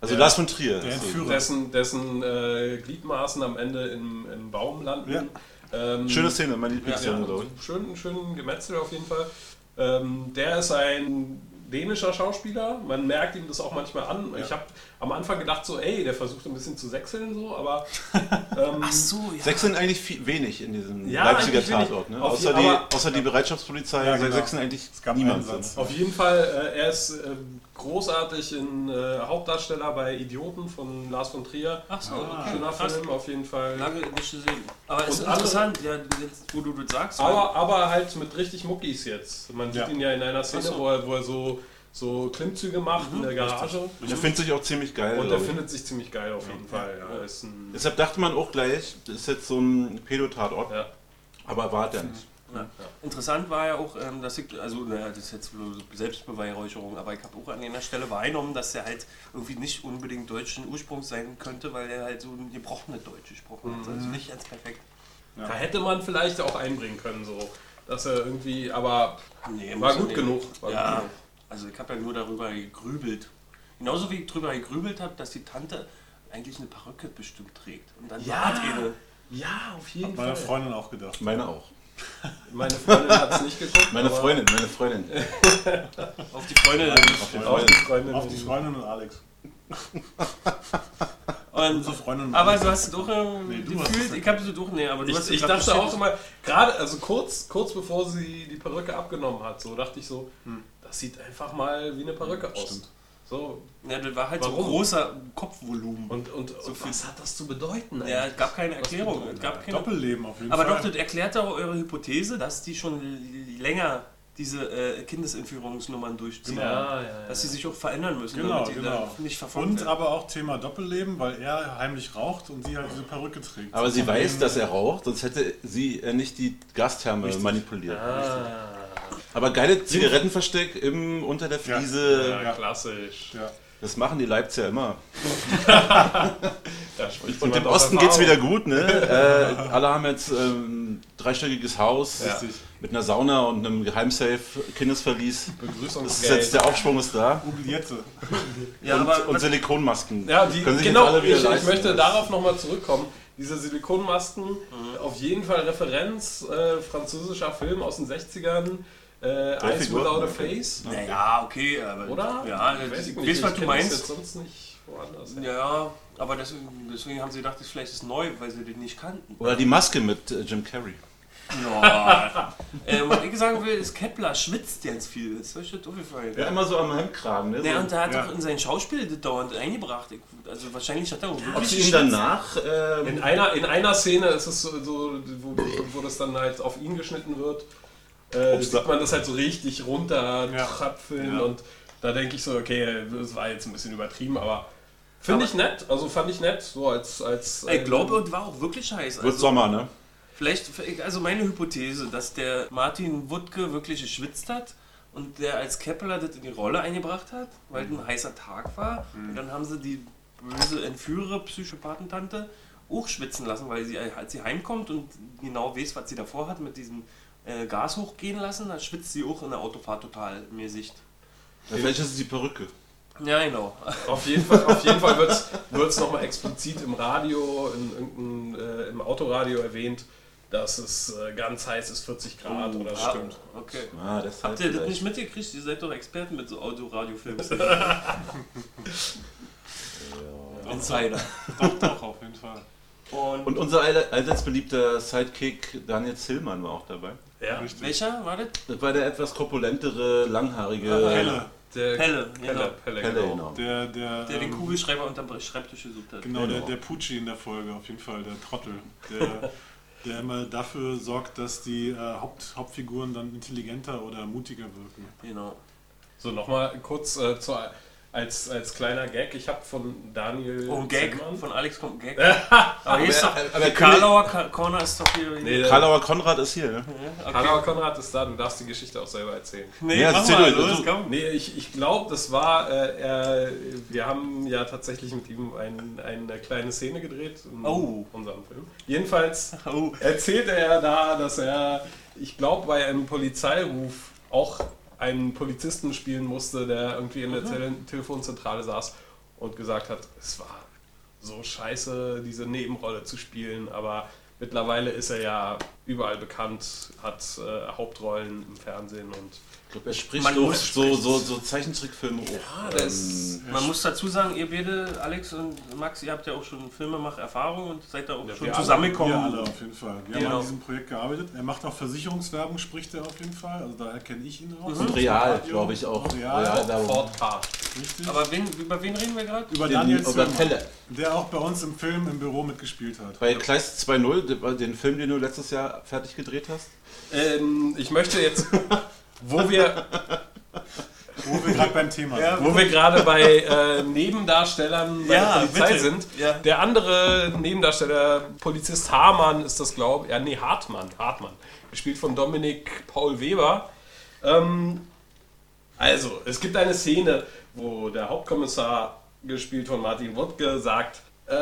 [SPEAKER 3] Also Lars von Trier.
[SPEAKER 4] Der
[SPEAKER 3] deswegen.
[SPEAKER 4] Entführer.
[SPEAKER 5] dessen, dessen äh, Gliedmaßen am Ende im, im Baum landen. Ähm,
[SPEAKER 3] Schöne Szene, meine
[SPEAKER 5] Ja, also
[SPEAKER 3] Lieblingsszene, glaube ich.
[SPEAKER 5] schönen, schönen Gemetzel auf jeden Fall. Ähm, der ist ein dänischer Schauspieler. Man merkt ihm das auch manchmal an. Ich habe am Anfang gedacht, so, ey, der versucht ein bisschen zu sechseln, so, aber. Ähm,
[SPEAKER 2] Ach so, ja.
[SPEAKER 3] Sechs sind eigentlich viel, wenig in diesem
[SPEAKER 5] Ja,
[SPEAKER 3] Leipziger
[SPEAKER 5] eigentlich wenig.
[SPEAKER 3] Tatort. Ne?
[SPEAKER 5] Auf
[SPEAKER 3] Außer,
[SPEAKER 5] je- aber-
[SPEAKER 3] die, außer die Bereitschaftspolizei
[SPEAKER 4] Ja,
[SPEAKER 3] ja,
[SPEAKER 4] genau.
[SPEAKER 3] sechs sind eigentlich
[SPEAKER 4] Es gab
[SPEAKER 3] niemand.
[SPEAKER 4] einen Satz.
[SPEAKER 5] Auf jeden Fall, äh, er ist äh, großartig in äh, Hauptdarsteller bei Idioten von Lars von Trier.
[SPEAKER 2] Ach so, okay.
[SPEAKER 5] Schöner
[SPEAKER 2] Ah, krass.
[SPEAKER 5] Film auf jeden Fall.
[SPEAKER 2] Lange nicht gesehen. Aber es ist
[SPEAKER 5] andere-
[SPEAKER 2] interessant, ja, jetzt, wo du das sagst.
[SPEAKER 5] Aber, aber halt mit richtig Muckis jetzt. Man sieht
[SPEAKER 4] Ja.
[SPEAKER 5] ihn ja in einer Szene,
[SPEAKER 2] Ach so.
[SPEAKER 5] wo, er, wo er so, so Klimmzüge macht in der Garage.
[SPEAKER 3] Der findet sich auch ziemlich geil.
[SPEAKER 5] Und er
[SPEAKER 3] glaub ich.
[SPEAKER 5] findet sich ziemlich geil auf jeden Fall. Ja. Ist ein,
[SPEAKER 3] Deshalb dachte man auch gleich, das ist jetzt so ein Pädotatort,
[SPEAKER 5] ja.
[SPEAKER 3] aber war der nicht.
[SPEAKER 2] Ja. Interessant war ja auch, ähm, dass ich, also naja, das ist jetzt bloß Selbstbeweihräucherung, aber ich habe auch an einer Stelle wahrgenommen, dass er halt irgendwie nicht unbedingt deutschen Ursprungs sein könnte, weil er halt so ein gebrochenes Deutsch gesprochen hat.
[SPEAKER 5] Mhm.
[SPEAKER 2] Also nicht ganz perfekt.
[SPEAKER 5] Da hätte man vielleicht auch einbringen können, so. Dass er irgendwie, aber
[SPEAKER 2] Nee,
[SPEAKER 5] war
[SPEAKER 2] muss er
[SPEAKER 5] gut
[SPEAKER 2] nicht.
[SPEAKER 5] genug. War
[SPEAKER 2] ja,
[SPEAKER 5] gut genug.
[SPEAKER 2] also ich habe ja nur darüber gegrübelt. Genauso wie ich darüber gegrübelt habe, dass die Tante eigentlich eine Perücke bestimmt trägt. Und dann
[SPEAKER 5] Ja.
[SPEAKER 2] hat eine.
[SPEAKER 5] ja, auf jeden
[SPEAKER 4] Meiner
[SPEAKER 5] Fall.
[SPEAKER 4] Freundin auch gedacht.
[SPEAKER 3] Meine auch.
[SPEAKER 5] Meine Freundin hat es
[SPEAKER 3] [LAUGHS]
[SPEAKER 5] nicht geguckt.
[SPEAKER 3] Meine
[SPEAKER 5] aber
[SPEAKER 3] Freundin,
[SPEAKER 5] [LAUGHS]
[SPEAKER 3] meine Freundin.
[SPEAKER 2] Auf die Freunde.
[SPEAKER 5] Auch die Freundin.
[SPEAKER 4] Auf die Freundin und Alex.
[SPEAKER 2] Und
[SPEAKER 4] Unsere Freundin und
[SPEAKER 2] Aber
[SPEAKER 4] Alex.
[SPEAKER 2] du hast doch ähm,
[SPEAKER 4] Nee, du hast
[SPEAKER 2] gefühlt,
[SPEAKER 4] das-
[SPEAKER 2] ich habe so doch, nee, aber du hast
[SPEAKER 5] Ich,
[SPEAKER 2] so
[SPEAKER 5] ich
[SPEAKER 2] grad
[SPEAKER 5] dachte
[SPEAKER 2] bestimmt-
[SPEAKER 5] auch immer, gerade, also kurz, kurz bevor sie die Perücke abgenommen hat, so dachte ich so, hm, das sieht einfach mal wie eine
[SPEAKER 3] Hm,
[SPEAKER 5] Perücke aus. So,
[SPEAKER 2] Ja, das war halt so
[SPEAKER 5] Warum?
[SPEAKER 2] großer Kopfvolumen.
[SPEAKER 5] und, und, und was hat das zu bedeuten
[SPEAKER 2] ja, es gab keine Erklärung.
[SPEAKER 5] bedeutet
[SPEAKER 2] Es gab keine,
[SPEAKER 4] Doppelleben auf jeden
[SPEAKER 2] Genau. aber
[SPEAKER 4] Fall.
[SPEAKER 2] doch, das erklärt auch eure Hypothese, dass die schon l- länger diese äh, Kindesentführungsnummern durchziehen.
[SPEAKER 5] Genau.
[SPEAKER 2] ne?
[SPEAKER 5] Ja, ja, ja.
[SPEAKER 2] Dass sie sich auch verändern müssen,
[SPEAKER 4] Genau,
[SPEAKER 2] damit sie
[SPEAKER 4] genau.
[SPEAKER 2] da nicht verfolgt
[SPEAKER 4] Und
[SPEAKER 2] werden.
[SPEAKER 4] aber auch Thema Doppelleben, weil er heimlich raucht und sie halt diese Perücke trägt.
[SPEAKER 3] Aber sie weiß, dass er raucht, sonst hätte sie äh, nicht die Gastherme manipuliert.
[SPEAKER 5] Ah.
[SPEAKER 3] Aber geile Zigarettenversteck im, unter der
[SPEAKER 4] Ja.
[SPEAKER 3] Fliese,
[SPEAKER 5] Ja,
[SPEAKER 4] Ja.
[SPEAKER 5] klassisch.
[SPEAKER 4] Ja.
[SPEAKER 3] das machen die Leipziger immer.
[SPEAKER 5] Da spricht
[SPEAKER 3] Und
[SPEAKER 5] jemand
[SPEAKER 3] im
[SPEAKER 5] aus
[SPEAKER 3] Osten geht's wieder
[SPEAKER 5] Erfahrung. [LAUGHS]
[SPEAKER 3] gut, ne? Äh, alle haben jetzt ähm, dreistöckiges Haus
[SPEAKER 4] Richtig.
[SPEAKER 3] mit einer Sauna und einem Geheimsafe, Kindesverlies. Das ist jetzt
[SPEAKER 5] Begrüßungsgeld.
[SPEAKER 3] der Aufschwung ist da.
[SPEAKER 4] Obliette.
[SPEAKER 2] ja,
[SPEAKER 3] und,
[SPEAKER 2] aber
[SPEAKER 3] und Silikonmasken.
[SPEAKER 5] Ja, die,
[SPEAKER 3] Können sich jetzt
[SPEAKER 5] genau,
[SPEAKER 3] alle wieder
[SPEAKER 5] ich, ich
[SPEAKER 3] leisten.
[SPEAKER 5] möchte darauf nochmal zurückkommen. Diese Silikonmasken,
[SPEAKER 3] Mhm.
[SPEAKER 5] auf jeden Fall Referenz äh, französischer Film aus den 60ern, äh, Eyes
[SPEAKER 3] Figur.
[SPEAKER 5] Without a Face,
[SPEAKER 2] naja, okay, aber
[SPEAKER 5] oder?
[SPEAKER 2] Ja, äh, ich
[SPEAKER 5] Weiß ich nicht,
[SPEAKER 2] weiß,
[SPEAKER 5] ich
[SPEAKER 2] was du
[SPEAKER 5] kenn das Jetzt
[SPEAKER 2] meinst.
[SPEAKER 5] sonst nicht woanders. her.
[SPEAKER 2] Ja, aber deswegen, deswegen haben sie gedacht, das vielleicht ist neu, weil sie den nicht kannten.
[SPEAKER 5] [LAUGHS]
[SPEAKER 3] Oder die Maske mit äh, Jim Carrey.
[SPEAKER 2] Ja. ähm, was ich sagen will, ist Kepler schwitzt ganz viel. Das ist euch das aufgefallen.
[SPEAKER 3] Ja, immer so am Hemdkragen, ne?
[SPEAKER 2] Ja, und
[SPEAKER 3] so.
[SPEAKER 2] der hat
[SPEAKER 4] Ja.
[SPEAKER 2] auch in sein Schauspiel das dauernd eingebracht. Ich, also wahrscheinlich hat er auch
[SPEAKER 3] Ob
[SPEAKER 2] wirklich
[SPEAKER 3] sie ihn danach. ähm,
[SPEAKER 5] In einer, in einer Szene ist es so, so wo, wo das dann halt auf ihn geschnitten wird, äh,
[SPEAKER 3] Ups,
[SPEAKER 5] sieht
[SPEAKER 3] da-
[SPEAKER 5] man das halt so richtig runter
[SPEAKER 4] Ja.
[SPEAKER 5] tröpfeln
[SPEAKER 4] Ja.
[SPEAKER 5] und da denke ich so, okay, das war jetzt ein bisschen übertrieben, aber finde ich nett, also fand ich nett, so als... als
[SPEAKER 2] Ich glaube, und war auch wirklich heiß.
[SPEAKER 3] Wird
[SPEAKER 2] Also,
[SPEAKER 3] Sommer, ne?
[SPEAKER 2] vielleicht, also meine Hypothese, dass der Martin Wuttke wirklich geschwitzt hat und der als Kepler das in die Rolle eingebracht hat, weil es ein heißer Tag war. Und dann haben sie die böse Entführer, Psychopathentante, auch schwitzen lassen, weil sie, als sie heimkommt und genau weiß, was sie davor hat, mit diesem äh, Gas hochgehen lassen, dann schwitzt sie auch in der Autofahrt total mäßig.
[SPEAKER 3] Ja, Vielleicht ist es die Perücke.
[SPEAKER 2] Ja, genau.
[SPEAKER 5] Auf jeden Fall, auf jeden Fall wird es nochmal explizit im Radio, in, irgendein, äh, im Autoradio erwähnt, dass es äh, ganz heiß ist, 40 Grad oder so.
[SPEAKER 2] Ah, Okay.
[SPEAKER 3] Ah, das
[SPEAKER 2] Habt ihr das nicht mitgekriegt? Ihr seid doch Experten mit so Audio-Radio-Filmen. Insider.
[SPEAKER 4] Doch, doch, auf jeden Fall.
[SPEAKER 2] Und,
[SPEAKER 3] Und unser all- allseits beliebter Sidekick Daniel Zillmann war auch dabei.
[SPEAKER 5] Ja,
[SPEAKER 2] welcher war das?
[SPEAKER 3] Das war der etwas korpulentere, langhaarige
[SPEAKER 4] Helle.
[SPEAKER 2] Pelle,
[SPEAKER 5] der Pelle,
[SPEAKER 2] genau.
[SPEAKER 5] Pelle,
[SPEAKER 3] Pelle,
[SPEAKER 5] genau.
[SPEAKER 3] genau.
[SPEAKER 4] Der, der,
[SPEAKER 2] Der den
[SPEAKER 4] ähm,
[SPEAKER 2] Kugelschreiber unterm Schreibtisch gesucht hat.
[SPEAKER 4] Genau, der,
[SPEAKER 3] Genau.
[SPEAKER 4] der Pucci in der Folge, auf jeden Fall, der Trottel.
[SPEAKER 2] [LAUGHS]
[SPEAKER 4] Der, der immer dafür sorgt, dass die äh, Haupt, Hauptfiguren dann intelligenter oder mutiger wirken.
[SPEAKER 2] Genau.
[SPEAKER 5] So, nochmal kurz äh, zur, als, als kleiner Gag. Ich habe von Daniel.
[SPEAKER 2] Oh, ein Gag.
[SPEAKER 5] Zimmermann-
[SPEAKER 2] Von Alex kommt ein Gag. aber hier ist doch,
[SPEAKER 3] aber- aber-
[SPEAKER 2] Karlauer Ka- Corner ist doch hier.
[SPEAKER 5] Nee, der-
[SPEAKER 3] Karlauer Konrad ist hier, ne?
[SPEAKER 5] Hanauer Konrad ist da, du darfst die Geschichte auch selber erzählen.
[SPEAKER 2] nee
[SPEAKER 3] Ja,
[SPEAKER 2] mach
[SPEAKER 3] erzähl
[SPEAKER 2] mal,
[SPEAKER 3] du,
[SPEAKER 2] los,
[SPEAKER 3] du-
[SPEAKER 2] komm.
[SPEAKER 5] Nee, ich, ich glaube, das war, äh, er, wir haben ja tatsächlich mit ihm ein, eine kleine Szene gedreht in
[SPEAKER 2] Oh.
[SPEAKER 5] unserem Film. Jedenfalls
[SPEAKER 2] Oh,
[SPEAKER 5] erzählte er da, dass er, ich glaube, bei einem Polizeiruf auch einen Polizisten spielen musste, der irgendwie in der Tele Telefonzentrale saß und gesagt hat, es war so scheiße, diese Nebenrolle zu spielen, aber mittlerweile ist er ja überall bekannt, hat äh, Hauptrollen im Fernsehen und
[SPEAKER 3] Ich glaube, er spricht
[SPEAKER 2] Man
[SPEAKER 3] so,
[SPEAKER 2] muss
[SPEAKER 3] so, so, so Zeichentrickfilme hoch.
[SPEAKER 5] ähm,
[SPEAKER 3] Ähm,
[SPEAKER 5] das
[SPEAKER 2] man muss dazu sagen, ihr beide, Alex und Max, ihr habt ja auch schon Filmemacher-Erfahrung und seid da auch
[SPEAKER 5] Ja,
[SPEAKER 2] schon
[SPEAKER 5] wir alle.
[SPEAKER 2] zusammengekommen.
[SPEAKER 4] Wir alle auf jeden Fall. Wir haben
[SPEAKER 2] Genau.
[SPEAKER 4] an diesem Projekt gearbeitet. Er macht auch Versicherungswerbung, spricht er auf jeden Fall. Also daher kenne ich ihn
[SPEAKER 2] Mhm.
[SPEAKER 4] auch.
[SPEAKER 3] Und real, glaube ich, auch.
[SPEAKER 4] Real.
[SPEAKER 3] da-
[SPEAKER 5] Ford Park.
[SPEAKER 4] Richtig.
[SPEAKER 2] Aber wen, über wen reden wir gerade?
[SPEAKER 4] Über Daniel
[SPEAKER 3] Den, oder
[SPEAKER 4] Zimmer,
[SPEAKER 3] Pelle.
[SPEAKER 4] der auch bei uns im Film im Büro mitgespielt hat.
[SPEAKER 3] Bei Kleist 2.0, de- den Film, den du letztes Jahr fertig gedreht hast.
[SPEAKER 5] Ähm, ich möchte jetzt, wo wir,
[SPEAKER 4] Wo wir gerade beim Thema sind.
[SPEAKER 5] wo wir gerade bei äh, Nebendarstellern bei
[SPEAKER 2] Ja,
[SPEAKER 5] der Polizei
[SPEAKER 2] bitte.
[SPEAKER 5] sind.
[SPEAKER 2] Ja.
[SPEAKER 5] Der andere Nebendarsteller, Polizist Hamann ist das, glaube ich. Ja, nee, Hartmann. Hartmann. Gespielt von Dominik Paul Weber. Ähm, also, es gibt eine Szene, wo der Hauptkommissar, gespielt von Martin Wuttke, sagt, äh,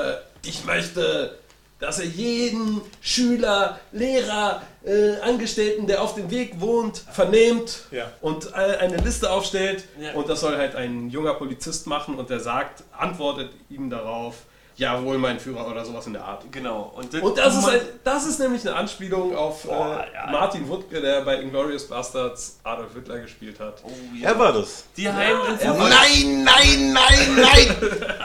[SPEAKER 5] ich möchte, dass er jeden Schüler, Lehrer, äh, Angestellten, der auf dem Weg wohnt, vernehmt
[SPEAKER 4] Ja.
[SPEAKER 5] und äh, eine Liste aufstellt.
[SPEAKER 2] Ja.
[SPEAKER 5] Und das soll halt ein junger Polizist machen und der sagt, antwortet ihm darauf, jawohl, mein Führer oder sowas in der Art.
[SPEAKER 2] Genau. Und das,
[SPEAKER 5] Und das ist,
[SPEAKER 2] man-
[SPEAKER 5] halt ein, das ist nämlich eine Anspielung auf äh,
[SPEAKER 2] ja.
[SPEAKER 5] Martin Wuttke, der bei Inglourious Bastards Adolf Hitler gespielt hat.
[SPEAKER 2] Oh, ja.
[SPEAKER 3] Er war das.
[SPEAKER 2] Die Heiminfo,
[SPEAKER 3] Nein, nein, nein,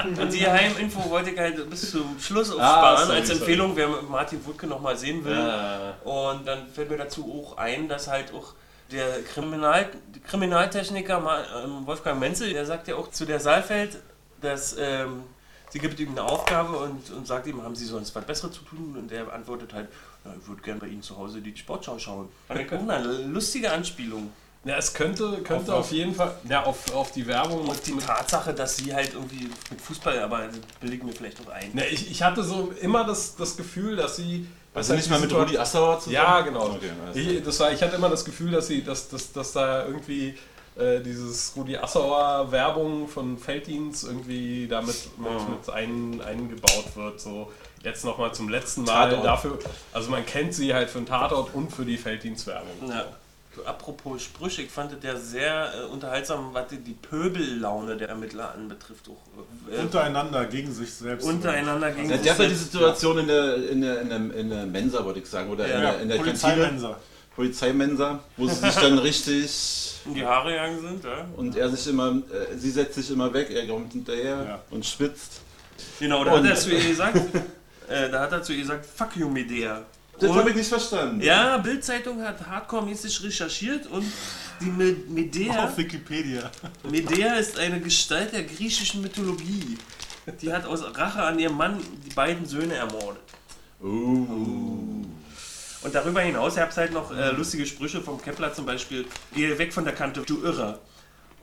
[SPEAKER 3] nein!
[SPEAKER 2] die Heiminfo wollte ich halt bis zum Schluss
[SPEAKER 5] Ah,
[SPEAKER 2] aufsparen
[SPEAKER 5] sorry,
[SPEAKER 2] als
[SPEAKER 5] sorry.
[SPEAKER 2] Empfehlung, wer Martin Wutke nochmal sehen will.
[SPEAKER 5] Ja.
[SPEAKER 2] Und dann fällt mir dazu auch ein, dass halt auch der Kriminal, Kriminaltechniker Ma- ähm, Wolfgang Menzel, der sagt ja auch zu der Saalfeld, dass ähm, sie gibt ihm eine Aufgabe und, und sagt ihm, haben sie sonst was Besseres zu tun? Und er antwortet halt, na, ich würde gerne bei Ihnen zu Hause die Sportschau schauen. Und ich- oh, Eine lustige Anspielung.
[SPEAKER 5] Ja, es könnte, könnte
[SPEAKER 4] Auf-
[SPEAKER 5] auf, jeden Fall. Ja, auf, auf die Werbung
[SPEAKER 2] Und die Tatsache, dass sie halt irgendwie mit Fußball, aber das bilde ich mir vielleicht noch ein.
[SPEAKER 5] Ne, ich, ich hatte so immer das, das Gefühl, dass sie.
[SPEAKER 3] Also
[SPEAKER 5] dass
[SPEAKER 3] nicht
[SPEAKER 5] die
[SPEAKER 3] mal mit
[SPEAKER 5] Situation-
[SPEAKER 3] Rudi Assauer zusammen?
[SPEAKER 5] Ja, genau.
[SPEAKER 3] Okay, alles klar.
[SPEAKER 5] ich, das war, ich hatte immer das Gefühl, dass sie, dass, dass, dass da irgendwie äh, dieses Rudi Assauer Werbung von Felddienst irgendwie damit mit, mit
[SPEAKER 3] Mhm.
[SPEAKER 5] ein, eingebaut wird. So jetzt nochmal zum letzten Mal
[SPEAKER 3] Tatort.
[SPEAKER 5] dafür. Also man kennt sie halt für den Tatort und für die Felddienstwerbung.
[SPEAKER 2] Ja. Apropos Sprüche, ich fand das ja sehr äh, unterhaltsam, was die- die Pöbellaune der Ermittler anbetrifft. Auch, äh,
[SPEAKER 4] Untereinander, gegen sich selbst.
[SPEAKER 2] untereinander äh, gegen
[SPEAKER 3] Ja,
[SPEAKER 2] sich
[SPEAKER 3] der hat ja die
[SPEAKER 2] selbst.
[SPEAKER 3] Situation in der, in der, in der, in der Mensa, wollte ich sagen, oder in
[SPEAKER 2] Ja,
[SPEAKER 3] der, in der Kantine,
[SPEAKER 4] Polizeimensa.
[SPEAKER 3] Polizeimensa, wo sie sich dann richtig
[SPEAKER 2] in die Haare gegangen sind. Ja.
[SPEAKER 3] und er sich immer, äh, sie setzt sich immer weg, er kommt hinterher
[SPEAKER 4] Ja.
[SPEAKER 3] und schwitzt.
[SPEAKER 2] Genau, da hat
[SPEAKER 3] Und-
[SPEAKER 2] er zu ihr gesagt, äh, da hat er zu ihr gesagt, fuck you Medea.
[SPEAKER 3] Das habe
[SPEAKER 2] Und-
[SPEAKER 3] ich nicht verstanden.
[SPEAKER 2] Ja, Bildzeitung hat hardcore-mäßig recherchiert und die Me- Medea,
[SPEAKER 4] Auf Wikipedia.
[SPEAKER 2] Medea ist eine Gestalt der griechischen Mythologie. Die hat aus Rache an ihrem Mann die beiden Söhne ermordet.
[SPEAKER 3] Uh.
[SPEAKER 2] Und darüber hinaus gab es halt noch äh, lustige Sprüche vom Kepler zum Beispiel. Geh weg von der Kante, du Irrer.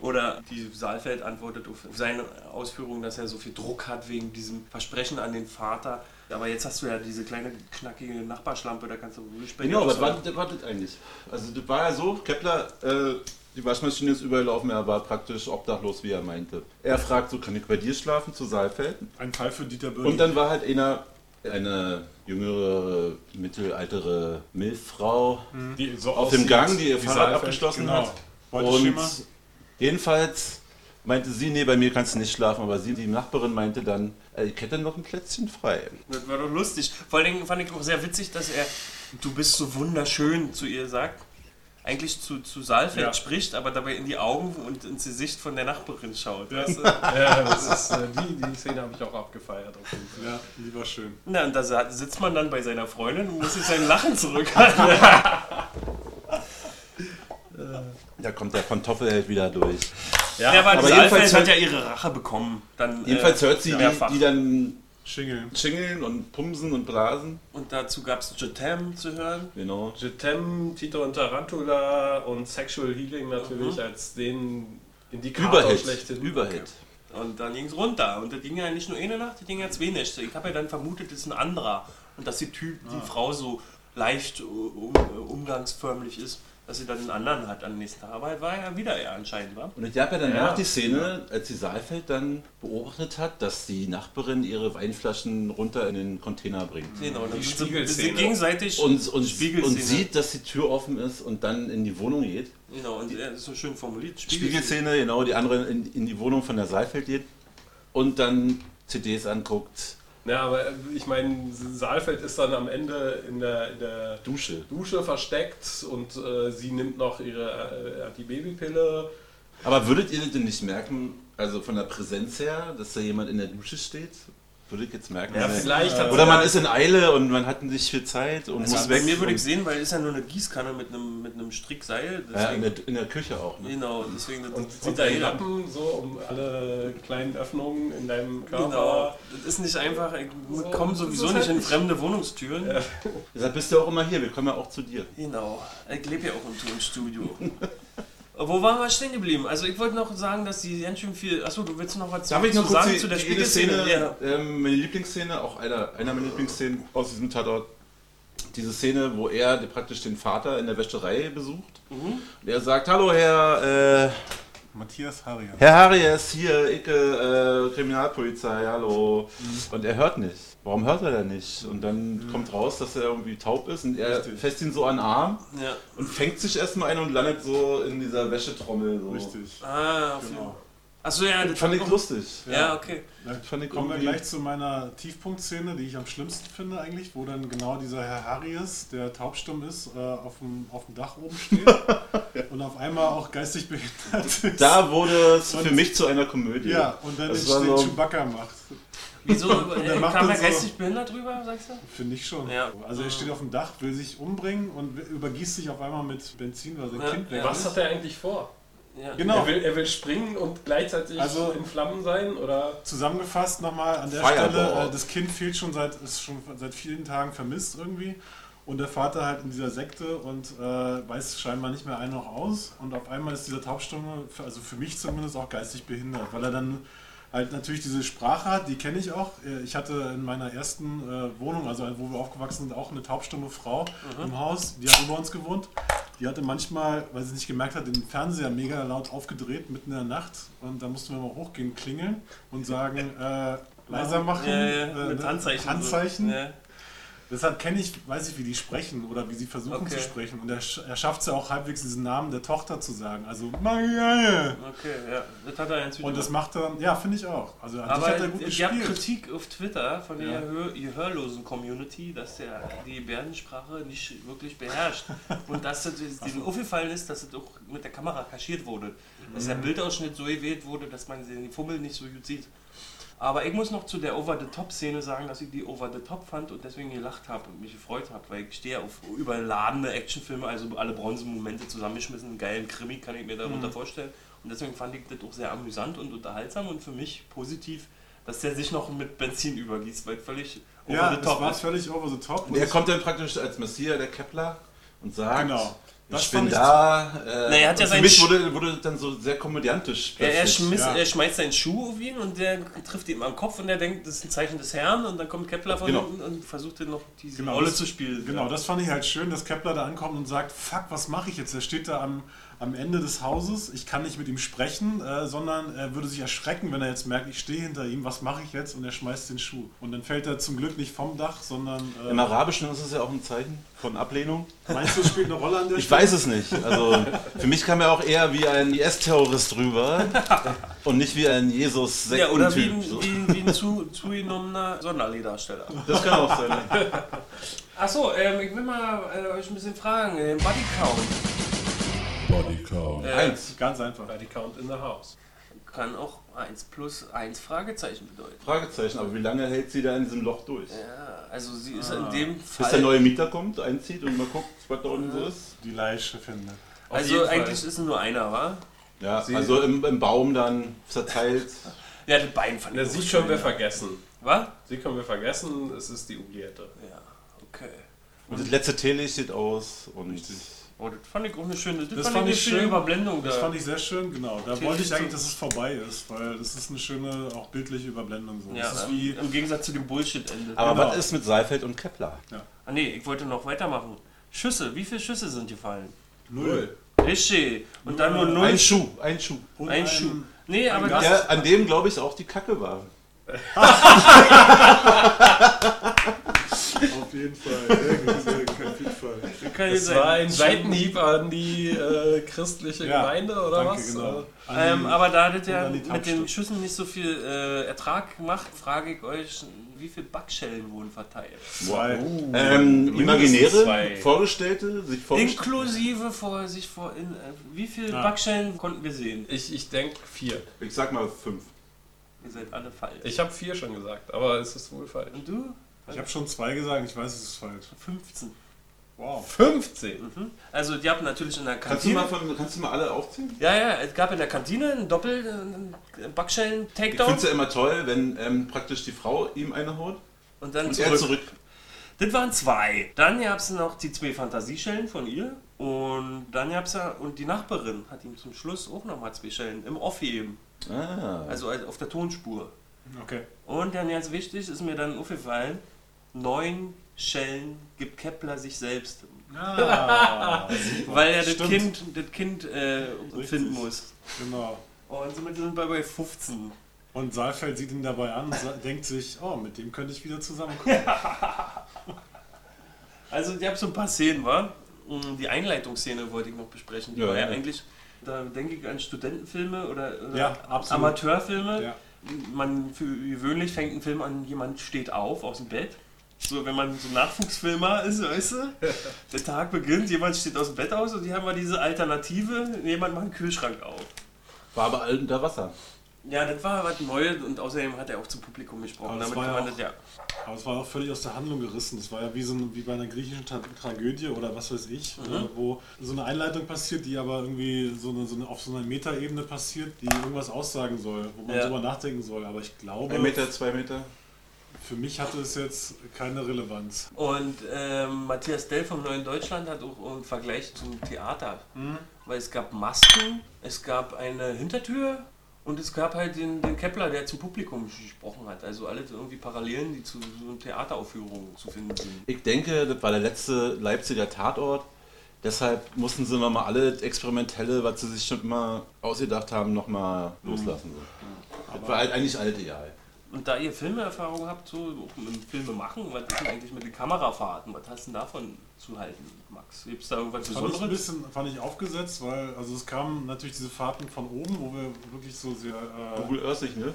[SPEAKER 2] Oder die Saalfeld antwortet auf seine Ausführung, dass er so viel Druck hat wegen diesem Versprechen an den Vater. Aber jetzt hast du ja diese kleine knackige Nachbarschlampe, da kannst du ruhig bei dir
[SPEAKER 3] Genau, was
[SPEAKER 2] aushalten.
[SPEAKER 3] war, das war das eigentlich? Also das war ja so, Kepler, äh, die Waschmaschine ist überlaufen, er war praktisch obdachlos, wie er meinte. Er fragt so, kann ich bei dir schlafen, zu Saalfeld?
[SPEAKER 4] Ein Fall für Dieter Böhling.
[SPEAKER 3] Und dann war halt einer, eine jüngere, mittelaltere Milffrau
[SPEAKER 5] Die so
[SPEAKER 3] auf dem
[SPEAKER 5] aussieht,
[SPEAKER 3] Gang, die ihr
[SPEAKER 5] wie
[SPEAKER 3] Fahrrad
[SPEAKER 5] Saalfeld.
[SPEAKER 3] abgeschlossen
[SPEAKER 4] genau.
[SPEAKER 3] hat.
[SPEAKER 4] Beuteschema.
[SPEAKER 3] Und jedenfalls meinte sie, nee, bei mir kannst du nicht schlafen, aber sie, die Nachbarin, meinte dann, äh, ich hätte noch ein Plätzchen frei.
[SPEAKER 2] Das war doch lustig. Vor allen Dingen fand ich auch sehr witzig, dass er, du bist so wunderschön zu ihr sagt. Eigentlich zu, zu Saalfeld
[SPEAKER 5] Ja.
[SPEAKER 2] spricht, aber dabei in die Augen und ins Gesicht von der Nachbarin schaut. Weißt du?
[SPEAKER 5] Ja, das ist, äh, die, die Szene habe ich auch abgefeiert. Auf jeden Fall.
[SPEAKER 4] Ja, lieber schön.
[SPEAKER 2] Na, und da sa- sitzt man dann bei seiner Freundin und muss sich sein Lachen zurückhalten.
[SPEAKER 3] [LAUGHS] Da kommt der Pantoffelheld wieder durch.
[SPEAKER 5] Ja,
[SPEAKER 2] der war
[SPEAKER 3] aber
[SPEAKER 2] aber
[SPEAKER 3] jedenfalls
[SPEAKER 2] Saalfeld hat
[SPEAKER 3] hört-
[SPEAKER 2] ja ihre Rache bekommen. Dann,
[SPEAKER 3] Jedenfalls
[SPEAKER 2] äh,
[SPEAKER 3] hört sie,
[SPEAKER 2] mehrfach.
[SPEAKER 3] die, die dann
[SPEAKER 4] Schingeln.
[SPEAKER 3] schingeln und pumsen und blasen.
[SPEAKER 2] Und dazu gab es Jotam zu hören.
[SPEAKER 3] Genau.
[SPEAKER 5] Jetem, Tito und Tarantula und Sexual Healing natürlich als den Indikator
[SPEAKER 3] Mhm. Überhit.
[SPEAKER 5] schlechthin.
[SPEAKER 3] Überhit.
[SPEAKER 2] Und dann ging es runter. Und das ging ja nicht nur eine Nacht, das ging ja zwei Nächte. Ich habe ja dann vermutet, das ist ein anderer. Und dass die, typ,
[SPEAKER 5] Ah.
[SPEAKER 2] die Frau so leicht äh, um, äh, umgangsförmlich ist, dass sie dann einen anderen hat am nächsten Tag. Aber war ja wieder er anscheinend, war.
[SPEAKER 3] Und es gab ja danach
[SPEAKER 5] Ja.
[SPEAKER 3] die Szene, als sie Saalfeld dann beobachtet hat, dass die Nachbarin ihre Weinflaschen runter in den Container bringt.
[SPEAKER 2] Genau, dann
[SPEAKER 5] Die
[SPEAKER 2] sind sie-
[SPEAKER 5] Spiegelszene.
[SPEAKER 2] sind sie gegenseitig.
[SPEAKER 3] Und, und,
[SPEAKER 2] Spiegelszene.
[SPEAKER 3] und sieht, dass die Tür offen ist und dann in die Wohnung geht.
[SPEAKER 2] genau, und äh, das ist so schön formuliert.
[SPEAKER 3] Spiegelszene, genau, die andere in, in die Wohnung von der Seifeld geht und dann CDs anguckt.
[SPEAKER 5] Ja, aber äh, ich meine, Saalfeld ist dann am Ende in der, in der
[SPEAKER 3] Dusche.
[SPEAKER 5] Dusche versteckt und äh, sie nimmt noch ihre äh, Antibabypille.
[SPEAKER 3] Aber würdet ihr das denn nicht merken, also von der Präsenz her, dass da jemand in der Dusche steht? Würde ich jetzt merken.
[SPEAKER 5] Ja,
[SPEAKER 3] wenn-
[SPEAKER 5] vielleicht hat
[SPEAKER 3] Oder
[SPEAKER 5] sie halt
[SPEAKER 3] man
[SPEAKER 5] ja-
[SPEAKER 3] ist in Eile und man hat nicht viel Zeit und muss
[SPEAKER 2] Also bei
[SPEAKER 3] weg.
[SPEAKER 2] mir würde ich
[SPEAKER 3] und-
[SPEAKER 2] sehen, weil es ist ja nur eine Gießkanne mit einem, mit einem Strickseil.
[SPEAKER 3] ja, in,
[SPEAKER 2] Deswegen,
[SPEAKER 3] der, in der Küche auch. Ne?
[SPEAKER 2] Genau, deswegen das,
[SPEAKER 5] und
[SPEAKER 2] das
[SPEAKER 5] zieht
[SPEAKER 2] sieht da
[SPEAKER 5] deinen
[SPEAKER 2] jeder.
[SPEAKER 5] Lappen so um alle kleinen Öffnungen in deinem
[SPEAKER 2] Genau.
[SPEAKER 5] Körper.
[SPEAKER 2] Das ist nicht einfach, ich
[SPEAKER 5] So,
[SPEAKER 2] komme
[SPEAKER 5] das
[SPEAKER 2] sowieso
[SPEAKER 5] ist
[SPEAKER 2] nicht
[SPEAKER 5] halt
[SPEAKER 2] in
[SPEAKER 5] nicht-
[SPEAKER 2] fremde Wohnungstüren.
[SPEAKER 3] Deshalb bist du auch immer hier, wir kommen ja auch zu dir.
[SPEAKER 2] Genau. Ich lebe ja auch im Tonstudio. [LAUGHS] Wo waren wir stehen geblieben? Also ich wollte noch sagen, dass sie ganz schön viel. Achso, du willst noch was zu,
[SPEAKER 3] Darf ich noch
[SPEAKER 2] zu
[SPEAKER 3] kurz
[SPEAKER 2] sagen
[SPEAKER 3] die,
[SPEAKER 2] zu der
[SPEAKER 3] die
[SPEAKER 2] Spiegelszene?
[SPEAKER 3] Szene,
[SPEAKER 2] Ja.
[SPEAKER 3] ähm, meine Lieblingsszene, auch einer, einer meiner Lieblingsszenen aus diesem Tatort. Diese Szene, wo er die- praktisch den Vater in der Wäscherei besucht. Und er sagt, hallo Herr, äh,
[SPEAKER 4] Matthias Harrier.
[SPEAKER 3] Herr Harries, hier, Icke, äh, Kriminalpolizei, hallo. Und er hört nicht. Warum hört er denn nicht? Und dann kommt raus, dass er irgendwie taub ist und er
[SPEAKER 4] Richtig.
[SPEAKER 3] fässt ihn so an den Arm
[SPEAKER 2] ja.
[SPEAKER 3] und fängt sich erstmal ein und landet so in dieser Wäschetrommel. So.
[SPEAKER 4] Richtig.
[SPEAKER 2] Ah,
[SPEAKER 4] Genau.
[SPEAKER 2] Achso, ja, das
[SPEAKER 3] Fand ich
[SPEAKER 2] auch-
[SPEAKER 3] lustig.
[SPEAKER 2] Ja, okay.
[SPEAKER 4] Dann
[SPEAKER 3] Fand ich
[SPEAKER 4] kommen wir
[SPEAKER 3] irgendwie-
[SPEAKER 4] gleich zu meiner Tiefpunktszene, die ich am schlimmsten finde eigentlich, wo dann genau dieser Herr Harries, der taubstumm ist, äh, auf, dem, auf dem Dach oben steht und auf einmal auch geistig behindert ist.
[SPEAKER 3] Da wurde es
[SPEAKER 4] Und-
[SPEAKER 3] für mich zu einer Komödie.
[SPEAKER 4] ja, und dann den
[SPEAKER 3] Das war so-
[SPEAKER 4] Chewbacca macht.
[SPEAKER 2] Wieso
[SPEAKER 4] der
[SPEAKER 2] äh,
[SPEAKER 4] macht
[SPEAKER 2] kam er
[SPEAKER 4] das so.
[SPEAKER 2] geistig behindert drüber, sagst du?
[SPEAKER 4] Finde ich schon.
[SPEAKER 2] Ja.
[SPEAKER 4] Also er steht auf dem Dach, will sich umbringen und w- übergießt sich auf einmal mit Benzin, weil sein
[SPEAKER 2] Ja,
[SPEAKER 4] Kind weg
[SPEAKER 2] ja.
[SPEAKER 5] Was
[SPEAKER 4] ist.
[SPEAKER 5] hat er eigentlich vor?
[SPEAKER 2] Ja.
[SPEAKER 4] Genau.
[SPEAKER 5] Er, will, er will springen und gleichzeitig
[SPEAKER 4] Also-
[SPEAKER 5] in Flammen sein? Oder?
[SPEAKER 4] Zusammengefasst nochmal an der
[SPEAKER 3] Fireball.
[SPEAKER 4] Stelle, äh, das Kind fehlt schon seit, ist schon seit vielen Tagen vermisst irgendwie. Und der Vater halt in dieser Sekte und äh, weiß scheinbar nicht mehr ein noch aus. Und auf einmal ist dieser Taubstumme, für- also für mich zumindest, auch geistig behindert, weil er dann halt natürlich diese Sprache hat, die kenne ich auch. Äh, Ich hatte in meiner ersten äh, Wohnung, also wo wir aufgewachsen sind, auch eine taubstumme Frau
[SPEAKER 2] Mhm.
[SPEAKER 4] im Haus, die hat über uns gewohnt. Die hatte manchmal, weil sie es nicht gemerkt hat, den Fernseher mega laut aufgedreht mitten in der Nacht. Und da mussten wir mal hochgehen, klingeln und sagen, äh, leiser machen.
[SPEAKER 2] Genau. Ja, ja,
[SPEAKER 4] äh,
[SPEAKER 2] mit
[SPEAKER 4] ne?
[SPEAKER 2] Handzeichen. so.
[SPEAKER 4] Handzeichen.
[SPEAKER 2] Ja.
[SPEAKER 4] Deshalb kenne ich, weiß ich, wie die sprechen oder wie sie versuchen
[SPEAKER 2] Okay.
[SPEAKER 4] zu sprechen. Und er, sch- er schafft es ja auch halbwegs, diesen Namen der Tochter zu sagen. Also Marianne.
[SPEAKER 2] Okay, ja. Das hat er jetzt wieder.
[SPEAKER 4] Und das macht er, ja, finde ich auch. Also an
[SPEAKER 2] aber
[SPEAKER 4] sich hat er gut
[SPEAKER 2] ich habe
[SPEAKER 4] gespielt.
[SPEAKER 2] Kritik auf Twitter von der
[SPEAKER 4] Ja.
[SPEAKER 2] Hör gehörlosen Community, dass er die Gebärdensprache nicht wirklich
[SPEAKER 4] [LAUGHS]
[SPEAKER 2] beherrscht. Und dass es ihm aufgefallen ist, dass es auch mit der Kamera kaschiert wurde. Dass
[SPEAKER 4] Mhm.
[SPEAKER 2] der Bildausschnitt so gewählt wurde, dass man den Fummel nicht so gut sieht. Aber ich muss noch zu der Over-the-Top-Szene sagen, dass ich die Over-the-Top fand und deswegen gelacht habe und mich gefreut habe, weil ich stehe auf überladene Actionfilme, also alle Bronzemomente zusammengeschmissen, einen geilen Krimi kann ich mir
[SPEAKER 4] Mhm.
[SPEAKER 2] darunter vorstellen. Und deswegen fand ich das auch sehr amüsant und unterhaltsam und für mich positiv, dass der sich noch mit Benzin übergießt, weil völlig
[SPEAKER 4] Ja, das
[SPEAKER 2] over-the-top
[SPEAKER 4] war
[SPEAKER 2] ist.
[SPEAKER 4] völlig over the top.
[SPEAKER 3] Und er kommt dann praktisch als Messias, der Kepler, und sagt,
[SPEAKER 4] Genau. Das
[SPEAKER 3] ich bin
[SPEAKER 4] fand ich-
[SPEAKER 3] da. Äh,
[SPEAKER 2] Na, er hat
[SPEAKER 3] und
[SPEAKER 2] ja
[SPEAKER 3] für
[SPEAKER 2] seinen
[SPEAKER 3] mich
[SPEAKER 2] Sch-
[SPEAKER 3] wurde, wurde das dann so sehr komödiantisch.
[SPEAKER 2] Er, er,
[SPEAKER 3] plötzlich.
[SPEAKER 2] schmiss,
[SPEAKER 4] ja.
[SPEAKER 2] er schmeißt seinen Schuh auf ihn und der trifft ihm am Kopf und er denkt, das ist ein Zeichen des Herrn und dann kommt Kepler von
[SPEAKER 3] Genau.
[SPEAKER 2] hinten und versucht dann noch diese
[SPEAKER 4] Genau,
[SPEAKER 2] Rolle
[SPEAKER 4] das-
[SPEAKER 2] zu spielen.
[SPEAKER 4] Genau, das fand ich halt schön, dass Kepler da ankommt und sagt, fuck, was mache ich jetzt? Er steht da am, am Ende des Hauses, ich kann nicht mit ihm sprechen, äh, sondern er würde sich erschrecken, wenn er jetzt merkt, ich stehe hinter ihm, was mache ich jetzt? Und er schmeißt den Schuh. Und dann fällt er zum Glück nicht vom Dach, sondern... Äh,
[SPEAKER 2] Genau.
[SPEAKER 3] Im Arabischen ist es ja auch ein Zeichen von Ablehnung.
[SPEAKER 4] [LAUGHS] meinst du, es spielt eine Rolle
[SPEAKER 2] [LAUGHS]
[SPEAKER 4] an der
[SPEAKER 3] Ich weiß es nicht. Also für mich kam er auch eher wie ein IS-Terrorist
[SPEAKER 4] [LAUGHS]
[SPEAKER 3] rüber und nicht wie ein jesus
[SPEAKER 2] Ja, oder wie
[SPEAKER 3] typ
[SPEAKER 2] ein, wie ein, wie ein zu, [LAUGHS] zugenommener Sonderlehrdarsteller.
[SPEAKER 3] Das kann auch sein.
[SPEAKER 2] Achso, ähm, ich will mal äh, euch ein bisschen fragen. Den Body Count
[SPEAKER 6] Bodycount.
[SPEAKER 3] Eins.
[SPEAKER 4] Ganz einfach.
[SPEAKER 5] Body Count in the House.
[SPEAKER 2] kann auch 1 plus 1 Fragezeichen bedeuten.
[SPEAKER 3] Fragezeichen, aber wie lange hält sie da in diesem Loch durch?
[SPEAKER 2] Ja, also sie ist in dem
[SPEAKER 3] Bis der
[SPEAKER 2] Fall.
[SPEAKER 3] neue Mieter kommt, einzieht und mal guckt, was da unten so ist.
[SPEAKER 4] Die Leiche findet.
[SPEAKER 5] Auf
[SPEAKER 2] Also
[SPEAKER 5] jeden Fall.
[SPEAKER 2] eigentlich ist nur einer, wa?
[SPEAKER 3] Ja, also im, im Baum dann [LAUGHS] zerteilt.
[SPEAKER 2] Ja, das Bein fand
[SPEAKER 5] Der
[SPEAKER 2] ich.
[SPEAKER 5] Sieg können wir vergessen.
[SPEAKER 2] Wa?
[SPEAKER 5] Sieg können wir vergessen, es ist die Oubliette.
[SPEAKER 2] Ja, okay.
[SPEAKER 3] Und das letzte Teelicht sieht aus und
[SPEAKER 2] Oh, das fand ich auch eine schöne. Das,
[SPEAKER 4] Das
[SPEAKER 2] fand,
[SPEAKER 4] fand
[SPEAKER 2] ich eine
[SPEAKER 4] ich
[SPEAKER 2] schöne
[SPEAKER 4] schön.
[SPEAKER 2] Überblendung
[SPEAKER 4] Das
[SPEAKER 2] da.
[SPEAKER 4] fand ich sehr schön, genau. Da
[SPEAKER 2] Okay,
[SPEAKER 4] wollte ich
[SPEAKER 2] so-
[SPEAKER 4] eigentlich, dass es vorbei ist, weil das ist eine schöne, auch bildliche Überblendung. So.
[SPEAKER 2] ja,
[SPEAKER 4] das ist
[SPEAKER 2] ähm,
[SPEAKER 4] wie,
[SPEAKER 2] im Gegensatz zu dem Bullshit-Ende.
[SPEAKER 3] Aber
[SPEAKER 4] Genau.
[SPEAKER 3] was ist mit Seifeld und Kepler?
[SPEAKER 2] Ah nee, ich wollte noch weitermachen. Schüsse, wie viele Schüsse sind gefallen?
[SPEAKER 4] null.
[SPEAKER 2] Richtig. Und dann nur
[SPEAKER 4] Null.
[SPEAKER 2] null
[SPEAKER 3] Ein Schuh, ein Schuh.
[SPEAKER 4] Und
[SPEAKER 2] Ein
[SPEAKER 4] ein-
[SPEAKER 2] Schuh. Nee, aber
[SPEAKER 4] Gas-
[SPEAKER 2] das,
[SPEAKER 3] Der, an dem glaube ich auch die Kacke war.
[SPEAKER 4] Auf jeden Fall. Sehr gut, sehr gut. Auf jeden Fall.
[SPEAKER 2] das kann ja
[SPEAKER 5] Es
[SPEAKER 2] sein.
[SPEAKER 5] war ein Seitenhieb an die äh, christliche
[SPEAKER 4] Ja,
[SPEAKER 5] Gemeinde oder
[SPEAKER 4] danke,
[SPEAKER 5] was?
[SPEAKER 4] genau.
[SPEAKER 5] Äh,
[SPEAKER 4] An
[SPEAKER 2] Ähm,
[SPEAKER 4] die-
[SPEAKER 2] aber da das ja
[SPEAKER 4] an die
[SPEAKER 2] mit den
[SPEAKER 4] Tankstelle.
[SPEAKER 2] Schüssen nicht so viel äh, Ertrag macht, frage ich euch, wie viele Backschellen wurden verteilt?
[SPEAKER 4] Zwei.
[SPEAKER 3] Ähm,
[SPEAKER 5] mindestens
[SPEAKER 3] imaginäre,
[SPEAKER 5] zwei.
[SPEAKER 3] vorgestellte, sich vorgestellte.
[SPEAKER 2] Inklusive vor sich vor in, äh, wie viele
[SPEAKER 4] Ah.
[SPEAKER 2] Backschellen konnten wir sehen?
[SPEAKER 5] Ich, ich denke vier.
[SPEAKER 3] Ich sag mal fünf.
[SPEAKER 2] Ihr seid alle falsch.
[SPEAKER 5] Ich habe vier schon gesagt, aber es ist wohl falsch.
[SPEAKER 2] Und du?
[SPEAKER 4] Ich habe schon zwei gesagt, ich weiß, es ist falsch.
[SPEAKER 2] 15.
[SPEAKER 4] Wow.
[SPEAKER 5] 15!
[SPEAKER 2] Mhm. Also die haben natürlich in der
[SPEAKER 3] Kannst du, mal
[SPEAKER 2] Kantine.
[SPEAKER 3] von, kannst du mal alle aufzählen?
[SPEAKER 2] Ja, ja, es gab in der Kantine einen Doppel äh, Backschellen
[SPEAKER 3] Ich finde
[SPEAKER 2] Takedown
[SPEAKER 3] es ja immer toll, wenn ähm, praktisch die Frau ihm eine haut
[SPEAKER 2] und dann
[SPEAKER 3] und
[SPEAKER 2] zurück.
[SPEAKER 3] er zurück.
[SPEAKER 2] Das waren zwei. Dann gab es noch die zwei Fantasieschellen von ihr. Und dann gab es ja, und die Nachbarin hat ihm zum Schluss auch nochmal zwei Schellen im Off-Heben.
[SPEAKER 3] Ah.
[SPEAKER 2] Also als- auf der Tonspur.
[SPEAKER 4] Okay.
[SPEAKER 2] Und dann ganz wichtig ist mir dann aufgefallen, neun Schellen gibt Kepler sich selbst,
[SPEAKER 4] Ah,
[SPEAKER 2] [LAUGHS] weil er das
[SPEAKER 4] Stimmt.
[SPEAKER 2] Kind, das kind äh, finden muss.
[SPEAKER 4] genau.
[SPEAKER 2] Und somit sind wir bei 15.
[SPEAKER 4] Und Saalfeld sieht ihn dabei an und sa- denkt sich, oh, mit dem könnte ich wieder
[SPEAKER 2] [LAUGHS]
[SPEAKER 4] zusammenkommen.
[SPEAKER 2] Also ich habe so ein paar Szenen, war. Die Einleitungsszene wollte ich noch besprechen. Die
[SPEAKER 3] Ja,
[SPEAKER 2] war ja,
[SPEAKER 3] ja.
[SPEAKER 2] eigentlich, da denke ich an Studentenfilme oder, oder
[SPEAKER 4] Ja, absolut.
[SPEAKER 2] Amateurfilme.
[SPEAKER 4] Ja.
[SPEAKER 2] Man für gewöhnlich fängt ein Film an, jemand steht auf aus dem Bett. So, wenn man so Nachwuchsfilmer ist, weißt
[SPEAKER 4] [LAUGHS]
[SPEAKER 2] du, der Tag beginnt, jemand steht aus dem Bett aus und hier haben wir diese Alternative, jemand macht einen Kühlschrank auf.
[SPEAKER 3] War aber all unter Wasser.
[SPEAKER 2] Ja, das war was Neues und außerdem hat er auch zum Publikum gesprochen.
[SPEAKER 4] Aber das
[SPEAKER 2] Damit
[SPEAKER 4] war
[SPEAKER 2] kann
[SPEAKER 4] ja
[SPEAKER 2] man das
[SPEAKER 4] auch-
[SPEAKER 2] ja.
[SPEAKER 4] Aber es war auch völlig aus der Handlung gerissen. Es war ja wie, so ein, wie bei einer griechischen Tra Tragödie oder was weiß ich,
[SPEAKER 2] Mhm.
[SPEAKER 4] ne, wo so eine Einleitung passiert, die aber irgendwie so eine, so eine, auf so einer Metaebene passiert, die irgendwas aussagen soll, wo man
[SPEAKER 2] Ja.
[SPEAKER 4] drüber nachdenken soll. Aber ich glaube,
[SPEAKER 3] Ein Meter, zwei Meter.
[SPEAKER 4] Für mich hatte es jetzt keine Relevanz.
[SPEAKER 2] Und ähm, Matthias Dell vom Neuen Deutschland hat auch einen Vergleich zum Theater.
[SPEAKER 4] Mhm.
[SPEAKER 2] Weil es gab Masken, es gab eine Hintertür und es gab halt den, den Kepler, der zum Publikum gesprochen hat. Also alles irgendwie Parallelen, die zu so einer Theateraufführung zu finden sind.
[SPEAKER 3] Ich denke, das war der letzte Leipziger Tatort. Deshalb mussten sie nochmal alle das Experimentelle, was sie sich schon immer ausgedacht haben, nochmal loslassen. So.
[SPEAKER 4] Mhm.
[SPEAKER 3] Das war halt eigentlich alt ideal.
[SPEAKER 2] Und da ihr Filmeerfahrung habt, so auch mit Filme machen, was ist denn eigentlich mit den Kamerafahrten? Was hast du denn davon zu halten, Max? Gibt es da irgendwas
[SPEAKER 4] Fand ich ein
[SPEAKER 2] Besonderes?
[SPEAKER 4] bisschen fand ich aufgesetzt, weil also es kamen natürlich diese Fahrten von oben, wo wir wirklich so sehr äh,
[SPEAKER 3] Google Earth, ne?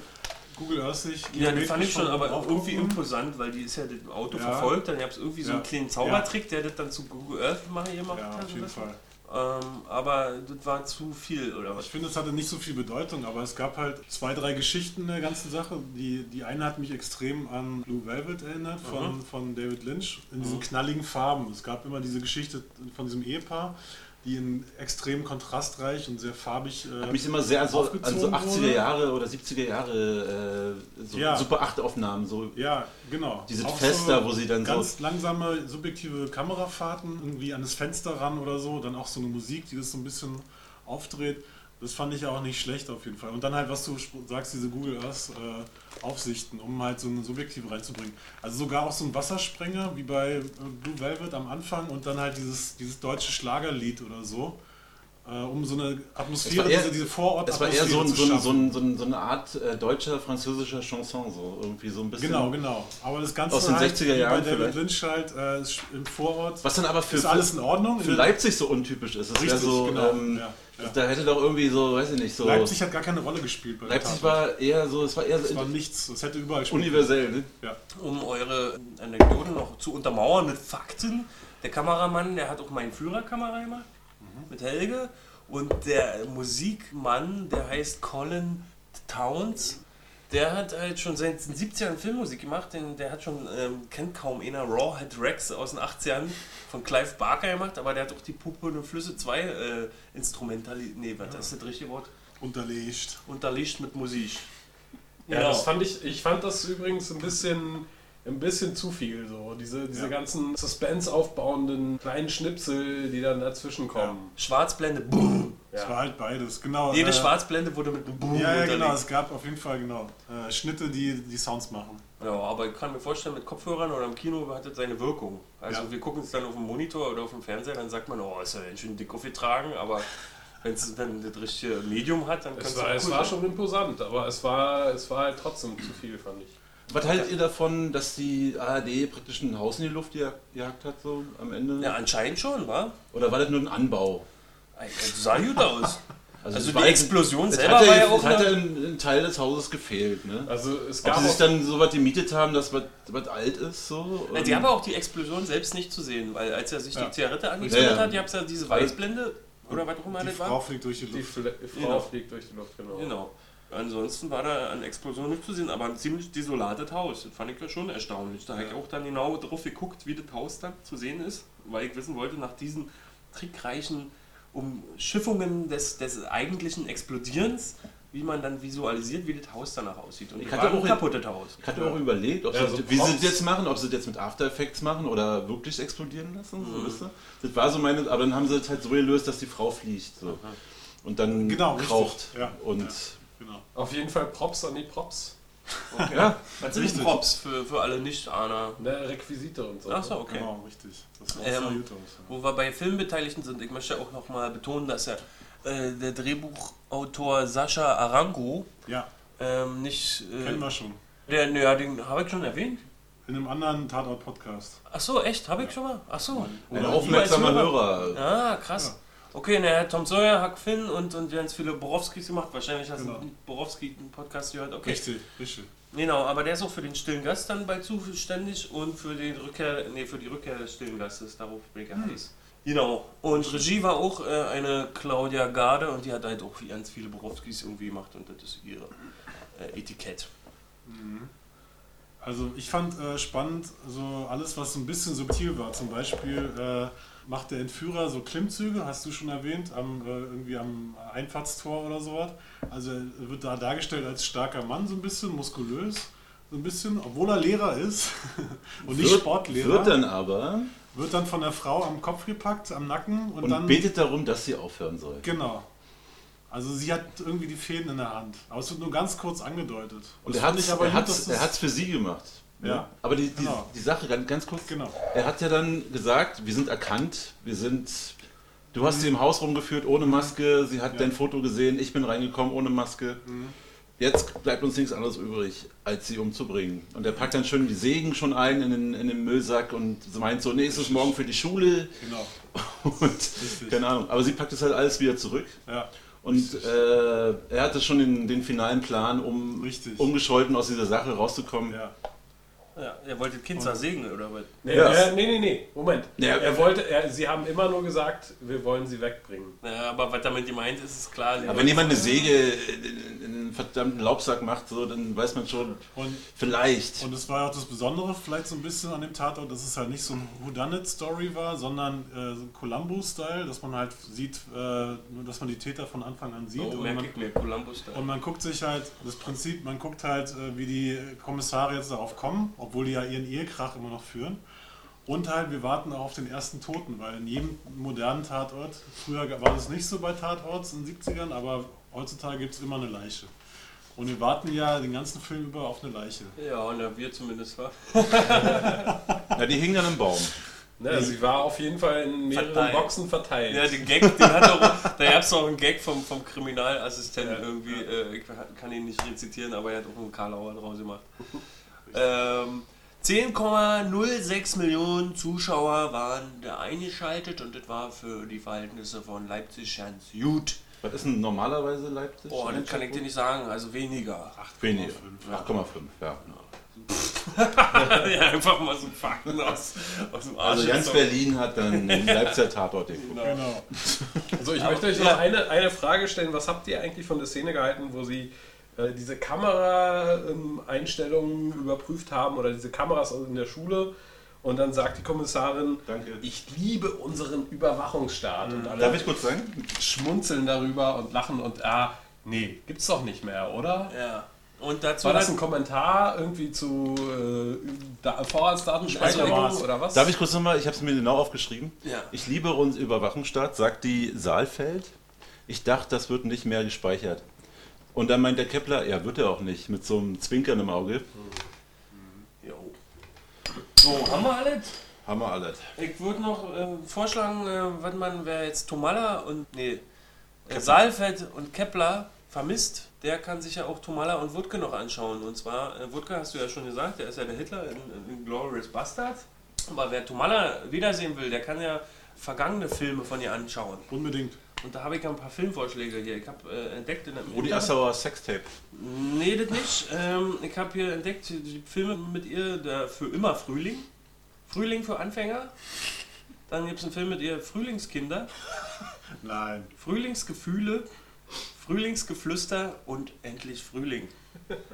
[SPEAKER 4] Google Earthig.
[SPEAKER 2] Ja, das fand ich schon, aber
[SPEAKER 4] auch ne?
[SPEAKER 2] irgendwie imposant, weil die ist ja dem Auto
[SPEAKER 4] Ja.
[SPEAKER 2] verfolgt, dann gab es irgendwie so einen
[SPEAKER 4] Ja.
[SPEAKER 2] kleinen Zaubertrick, der das dann zu Google Earth mal gemacht
[SPEAKER 4] Ja,
[SPEAKER 2] hat.
[SPEAKER 4] auf
[SPEAKER 2] und
[SPEAKER 4] jeden
[SPEAKER 2] das.
[SPEAKER 4] Fall.
[SPEAKER 2] Ähm, aber das war zu viel, oder was?
[SPEAKER 4] Ich finde, es hatte nicht so viel Bedeutung, aber es gab halt zwei, drei Geschichten in der ganzen Sache. Die, die eine hat mich extrem an Blue Velvet erinnert
[SPEAKER 2] Mhm.
[SPEAKER 4] von, von David Lynch in diesen knalligen Farben. Es gab immer diese Geschichte von diesem Ehepaar, die in extrem kontrastreich und sehr farbig. äh,
[SPEAKER 3] Hat mich immer sehr an so, an so
[SPEAKER 4] aufgezogen
[SPEAKER 3] 80er
[SPEAKER 4] wurde.
[SPEAKER 3] Jahre oder 70er Jahre äh, so
[SPEAKER 4] Ja.
[SPEAKER 3] Super 8 Aufnahmen so.
[SPEAKER 4] Ja, genau.
[SPEAKER 3] Diese
[SPEAKER 4] Auch
[SPEAKER 3] Fester, wo sie dann so-
[SPEAKER 4] ganz langsame, subjektive Kamerafahrten irgendwie an das Fenster ran oder so, dann auch so eine Musik, die das so ein bisschen aufdreht. Das fand ich auch nicht schlecht auf jeden Fall. Und dann halt, was du sp- sagst, diese Google Earth äh, Aufsichten, um halt so eine Subjektive reinzubringen. Also sogar auch so ein Wassersprenger, wie bei äh, Blue Velvet am Anfang und dann halt dieses, dieses deutsche Schlagerlied oder so, äh, um so eine Atmosphäre,
[SPEAKER 3] eher-
[SPEAKER 4] diese, diese vorort
[SPEAKER 3] Es war eher so, ein, so, ein, so, ein, so, ein, so eine Art äh, deutscher, französischer Chanson, so irgendwie so ein bisschen.
[SPEAKER 4] Genau, genau. Aber das Ganze
[SPEAKER 3] Aus den
[SPEAKER 4] halt,
[SPEAKER 3] 60er
[SPEAKER 4] wie
[SPEAKER 3] Jahren
[SPEAKER 4] bei David
[SPEAKER 3] vielleicht.
[SPEAKER 4] Lynch halt äh, ist im Vorort.
[SPEAKER 3] Was dann aber für,
[SPEAKER 4] ist alles in Ordnung?
[SPEAKER 3] für
[SPEAKER 4] In-
[SPEAKER 3] Leipzig so untypisch ist. Das wär
[SPEAKER 4] Richtig,
[SPEAKER 3] so,
[SPEAKER 4] genau,
[SPEAKER 3] ähm,
[SPEAKER 4] ja, ja.
[SPEAKER 3] Da hätte doch irgendwie so, weiß ich nicht, so.
[SPEAKER 4] Leipzig hat gar keine Rolle gespielt. Bei der
[SPEAKER 3] Leipzig
[SPEAKER 4] Tat.
[SPEAKER 3] war eher so, es war eher
[SPEAKER 4] Es
[SPEAKER 3] so
[SPEAKER 4] war nichts. Es hätte überall spielen
[SPEAKER 3] universell, ne?
[SPEAKER 4] können.
[SPEAKER 2] Um eure Anekdote noch zu untermauern mit Fakten, der Kameramann, der hat auch meinen Führerkamera gemacht,
[SPEAKER 5] Mhm.
[SPEAKER 2] mit Helge. Und der Musikmann, der heißt Colin Towns, der hat halt schon seit den 70ern Filmmusik gemacht. Den, der hat schon, ähm, kennt kaum einer, Rawhead Rex aus den 80ern von Clive Barker gemacht, aber der hat auch die Puppe und Flüsse 2 äh, instrumentalisiert. Nee, was ist das richtige Wort?
[SPEAKER 4] Ja, unterlegt.
[SPEAKER 2] Unterlegt mit Musik.
[SPEAKER 5] Ja,
[SPEAKER 2] Genau.
[SPEAKER 5] das fand ich, ich fand das übrigens ein bisschen, ein bisschen zu viel so. Diese, diese
[SPEAKER 4] Ja.
[SPEAKER 5] ganzen Suspense aufbauenden kleinen Schnipsel, die dann dazwischen kommen.
[SPEAKER 2] Schwarzblende, boom.
[SPEAKER 5] Ja.
[SPEAKER 4] Es war halt beides, genau.
[SPEAKER 2] Jede
[SPEAKER 4] äh,
[SPEAKER 2] Schwarzblende wurde mit einem Boom
[SPEAKER 4] Ja, ja,
[SPEAKER 2] unterlegt.
[SPEAKER 4] genau. Es gab auf jeden Fall genau äh, Schnitte, die die Sounds machen.
[SPEAKER 2] Ja, aber ich kann mir vorstellen, mit Kopfhörern oder im Kino hat das seine Wirkung. Also
[SPEAKER 4] Ja.
[SPEAKER 2] wir gucken es dann auf dem Monitor oder auf dem Fernseher, dann sagt man, oh, ist ja ganz schön dick aufgetragen, aber wenn es dann das richtige Medium hat, dann kann
[SPEAKER 5] Es, war,
[SPEAKER 2] auch
[SPEAKER 5] es
[SPEAKER 2] cool
[SPEAKER 5] war
[SPEAKER 2] sein.
[SPEAKER 5] schon imposant, aber es war, es war halt trotzdem zu viel, fand ich.
[SPEAKER 3] Was haltet ihr davon, dass die ARD praktisch ein Haus in die Luft gejagt gejagt hat, so am Ende?
[SPEAKER 2] Ja, anscheinend schon, wa?
[SPEAKER 3] Oder war das nur ein Anbau?
[SPEAKER 2] Also, sah gut aus. Also
[SPEAKER 3] es
[SPEAKER 2] die
[SPEAKER 3] war-
[SPEAKER 2] Explosion
[SPEAKER 3] es
[SPEAKER 2] selber
[SPEAKER 3] hat
[SPEAKER 2] war ja auch
[SPEAKER 3] es hat
[SPEAKER 2] eine-
[SPEAKER 3] ein, ein Teil des Hauses gefehlt, ne?
[SPEAKER 5] Also es
[SPEAKER 3] Ob
[SPEAKER 5] gab
[SPEAKER 3] sie sich
[SPEAKER 5] auch,
[SPEAKER 3] dann so was gemietet haben, dass was was alt ist, so?
[SPEAKER 2] Ja, die haben auch die Explosion selbst nicht zu sehen, weil als er sich
[SPEAKER 4] Ja.
[SPEAKER 2] die Zigarette angezündet
[SPEAKER 3] Ja, ja.
[SPEAKER 2] hat, die habt ja diese Weißblende oder was auch immer
[SPEAKER 4] Die
[SPEAKER 2] das
[SPEAKER 4] Frau
[SPEAKER 2] war.
[SPEAKER 4] fliegt durch die
[SPEAKER 5] die
[SPEAKER 4] Luft.
[SPEAKER 5] Fle- Frau
[SPEAKER 2] Genau.
[SPEAKER 5] fliegt durch die Luft, genau.
[SPEAKER 2] Genau. Ansonsten war da an Explosion nicht zu sehen, aber ein ziemlich desolates Haus. Das fand ich ja schon erstaunlich. Da habe ich auch dann genau drauf geguckt, wie das Haus dann zu sehen ist, weil ich wissen wollte, nach diesen trickreichen Umschiffungen des, des eigentlichen Explodierens, wie man dann visualisiert, wie das Haus danach aussieht. Und
[SPEAKER 3] Ich
[SPEAKER 2] das
[SPEAKER 3] hatte
[SPEAKER 2] war ein
[SPEAKER 3] auch-
[SPEAKER 2] kaputtes Haus.
[SPEAKER 3] Ich hatte auch überlegt, ob
[SPEAKER 5] Ja,
[SPEAKER 3] sie,
[SPEAKER 5] so
[SPEAKER 3] wie sie das
[SPEAKER 5] Props.
[SPEAKER 3] jetzt machen, ob sie das jetzt mit After Effects machen oder wirklich explodieren lassen, so, wisst ihr? Das war so meine, aber dann haben sie das halt so gelöst, dass die Frau fliegt, so. Und dann
[SPEAKER 4] Genau, richtig.
[SPEAKER 3] raucht.
[SPEAKER 4] Ja.
[SPEAKER 3] Und
[SPEAKER 4] Genau.
[SPEAKER 5] Auf jeden Fall Props an die Props.
[SPEAKER 3] ja.
[SPEAKER 2] Was sind denn
[SPEAKER 4] Richtig.
[SPEAKER 2] Props für, für alle Nicht-Ahner?
[SPEAKER 5] Ne, Requisite und so.
[SPEAKER 2] Achso, okay.
[SPEAKER 4] Genau, richtig. Das war
[SPEAKER 2] Ähm,
[SPEAKER 4] sehr gut aus. Ja.
[SPEAKER 2] Wo wir bei Filmbeteiligten sind, ich möchte auch nochmal betonen, dass ja, äh, der Drehbuchautor Sascha Arango
[SPEAKER 4] ja,
[SPEAKER 2] ähm, nicht. Äh,
[SPEAKER 4] kennen wir schon.
[SPEAKER 2] der, ne, ja, den habe ich schon erwähnt.
[SPEAKER 4] In einem anderen Tatort-Podcast.
[SPEAKER 2] Achso, echt? Habe ich schon mal? Achso.
[SPEAKER 3] Ein
[SPEAKER 4] Oder
[SPEAKER 3] aufmerksamer
[SPEAKER 2] jeweils
[SPEAKER 3] Hörer.
[SPEAKER 2] Ah, krass. Okay, naja, Tom Sawyer, Huck Finn und, und ganz viele Borowskis gemacht. Wahrscheinlich hast
[SPEAKER 4] Genau.
[SPEAKER 2] du Borowski einen Podcast gehört. Okay.
[SPEAKER 4] Richtig, richtig.
[SPEAKER 2] Genau, aber der ist auch für den stillen Gast dann bald zuständig und für den Rückkehr, nee, für die Rückkehr des stillen Gastes, darauf bin ich ja
[SPEAKER 4] Hm.
[SPEAKER 2] heiß. Genau. Und Regie war auch äh, eine Claudia Garde und die hat halt auch ganz viele Borowskis irgendwie gemacht und das ist ihre äh, Etikett.
[SPEAKER 4] Also ich fand äh, spannend, so alles, was so ein bisschen subtil war. Zum Beispiel äh, macht der Entführer so Klimmzüge, hast du schon erwähnt, am, äh, irgendwie am Einfahrtstor oder sowas. Also er wird da dargestellt als starker Mann so ein bisschen, muskulös. so ein bisschen, obwohl er Lehrer ist [LAUGHS] und nicht
[SPEAKER 3] Wird-
[SPEAKER 4] Sportlehrer,
[SPEAKER 3] Wird dann aber
[SPEAKER 4] wird dann von der Frau am Kopf gepackt, am Nacken und,
[SPEAKER 3] und
[SPEAKER 4] dann.
[SPEAKER 3] betet darum, dass sie aufhören soll.
[SPEAKER 4] Genau. Also sie hat irgendwie die Fäden in der Hand. Aber es wird nur ganz kurz angedeutet.
[SPEAKER 3] Und
[SPEAKER 4] Das
[SPEAKER 3] er hat
[SPEAKER 4] fand ich
[SPEAKER 3] es
[SPEAKER 4] aber
[SPEAKER 3] er
[SPEAKER 4] gut,
[SPEAKER 3] hat's,
[SPEAKER 4] dass
[SPEAKER 3] er
[SPEAKER 4] das-
[SPEAKER 3] hat's für sie gemacht.
[SPEAKER 4] Ja.
[SPEAKER 3] Aber die, die,
[SPEAKER 4] Genau.
[SPEAKER 3] die Sache, ganz, ganz kurz,
[SPEAKER 4] Genau.
[SPEAKER 3] er hat ja dann gesagt, wir sind erkannt, wir sind, du hast sie im Haus rumgeführt
[SPEAKER 4] Mhm.
[SPEAKER 3] ohne Maske, sie hat dein Foto gesehen, ich bin reingekommen ohne Maske.
[SPEAKER 4] Mhm.
[SPEAKER 3] Jetzt bleibt uns nichts anderes übrig, als sie umzubringen. Und er packt dann schön die Sägen schon ein in den, in den Müllsack und meint so, nee, ist es morgen für die Schule. [LAUGHS]
[SPEAKER 4] Genau.
[SPEAKER 3] Und, keine Ahnung. Aber sie packt es halt alles wieder zurück.
[SPEAKER 4] Ja.
[SPEAKER 3] Und äh, er hatte schon den, den finalen Plan, um
[SPEAKER 4] Richtig.
[SPEAKER 3] ungescholten aus dieser Sache rauszukommen.
[SPEAKER 4] Ja.
[SPEAKER 2] Ja, ihr wollt das Kind zersägen, oder was?
[SPEAKER 5] Nee,
[SPEAKER 3] Ja.
[SPEAKER 5] äh, nee, nee, nee, Moment.
[SPEAKER 3] Ja.
[SPEAKER 5] Er wollte, er, sie haben immer nur gesagt, wir wollen sie wegbringen.
[SPEAKER 2] Ja, aber was damit gemeint ist, ist klar.
[SPEAKER 3] Aber wenn jemand eine Säge in, in, in einen verdammten Laubsack macht, so, dann weiß man schon,
[SPEAKER 4] Und,
[SPEAKER 3] vielleicht.
[SPEAKER 4] und es war ja auch das Besondere vielleicht so ein bisschen an dem Tatort, dass es halt nicht so ein Whodunit-Story war, sondern äh, so Columbo-Style, dass man halt sieht, äh, dass man die Täter von Anfang an sieht.
[SPEAKER 2] Oh,
[SPEAKER 4] und,
[SPEAKER 2] merke
[SPEAKER 4] man,
[SPEAKER 2] ich mir, Columbus da.
[SPEAKER 4] und man guckt sich halt, das Prinzip, man guckt halt, äh, wie die Kommissare jetzt darauf kommen, obwohl die ja ihren Ehekrach immer noch führen. Und halt, wir warten auch auf den ersten Toten, weil in jedem modernen Tatort, früher war das nicht so bei Tatorts in den 70ern, aber heutzutage gibt es immer eine Leiche. Und wir warten ja den ganzen Film über auf eine Leiche.
[SPEAKER 2] Ja, und da wir zumindest war.
[SPEAKER 3] Ja, die hingen an einem Baum.
[SPEAKER 5] Ne, sie war auf jeden Fall in mehreren
[SPEAKER 2] Verteilt.
[SPEAKER 5] Boxen verteilt.
[SPEAKER 2] Ja, den Gag, den hat auch, da gab es auch einen Gag vom, vom Kriminalassistenten irgendwie, äh, ich kann ihn nicht rezitieren, aber er hat auch einen Karlauer draus [LAUGHS] gemacht. ähm, 10,06 Millionen Zuschauer waren da eingeschaltet und das war für die Verhältnisse von Leipzig ganz gut.
[SPEAKER 3] Was ist denn normalerweise Leipzig?
[SPEAKER 2] Boah, das kann ich dir nicht sagen, also weniger.
[SPEAKER 3] Weniger. 8,5, ja.
[SPEAKER 4] Also
[SPEAKER 2] [LAUGHS] ja, einfach mal so Fakten aus, aus dem Arsch.
[SPEAKER 3] Also ganz Berlin hat dann den Leipziger
[SPEAKER 4] [LAUGHS]
[SPEAKER 3] Tatort geguckt.
[SPEAKER 4] Genau.
[SPEAKER 5] Also ich möchte euch noch eine, eine Frage stellen. Was habt ihr eigentlich von der Szene gehalten, wo sie äh, diese Kameraeinstellungen überprüft haben oder diese Kameras in der Schule? Und dann sagt die Kommissarin,
[SPEAKER 3] Danke.
[SPEAKER 5] ich liebe unseren Überwachungsstaat. Und alle
[SPEAKER 3] Mhm. Darf ich kurz sagen?
[SPEAKER 5] schmunzeln darüber und lachen und ah, nee, gibt's doch nicht mehr, oder?
[SPEAKER 2] Ja. Und dazu
[SPEAKER 5] War
[SPEAKER 2] hat-
[SPEAKER 5] das
[SPEAKER 3] Also
[SPEAKER 5] ein Kommentar irgendwie zu äh, da, Vorratsdatenspeicherung
[SPEAKER 4] war's.
[SPEAKER 5] oder was?
[SPEAKER 3] Also, Darf ich kurz nochmal, ich habe es mir genau aufgeschrieben.
[SPEAKER 2] Ja.
[SPEAKER 3] Ich liebe uns Überwachungsstaat, sagt die Saalfeld. Ich dachte, das wird nicht mehr gespeichert. Und dann meint der Kepler, ja, wird er auch nicht, mit so einem Zwinkern im Auge.
[SPEAKER 2] Jo. So, haben wir alles?
[SPEAKER 3] Haben wir alles.
[SPEAKER 2] Ich würde noch äh, vorschlagen, äh, wenn man, wer jetzt Tomala und, nee, äh, Saalfeld und Kepler vermisst, der kann sich ja auch Tomala und Wutke noch anschauen. Und zwar, äh, Wutke hast du ja schon gesagt, der ist ja der Hitler in, in Glorious Bastard. Aber wer Tomala wiedersehen will, der kann ja vergangene Filme von ihr anschauen.
[SPEAKER 4] Unbedingt.
[SPEAKER 2] Und da habe ich ja ein paar Filmvorschläge hier. Ich habe äh, entdeckt in der
[SPEAKER 3] Rudi Oh, Assauer Sextape.
[SPEAKER 2] Nee, das nicht. Ähm, ich habe hier entdeckt, die Filme mit ihr, der für immer Frühling. Frühling für Anfänger. Dann gibt es einen Film mit ihr, Frühlingskinder,
[SPEAKER 4] Nein.
[SPEAKER 2] Frühlingsgefühle, Frühlingsgeflüster und endlich Frühling.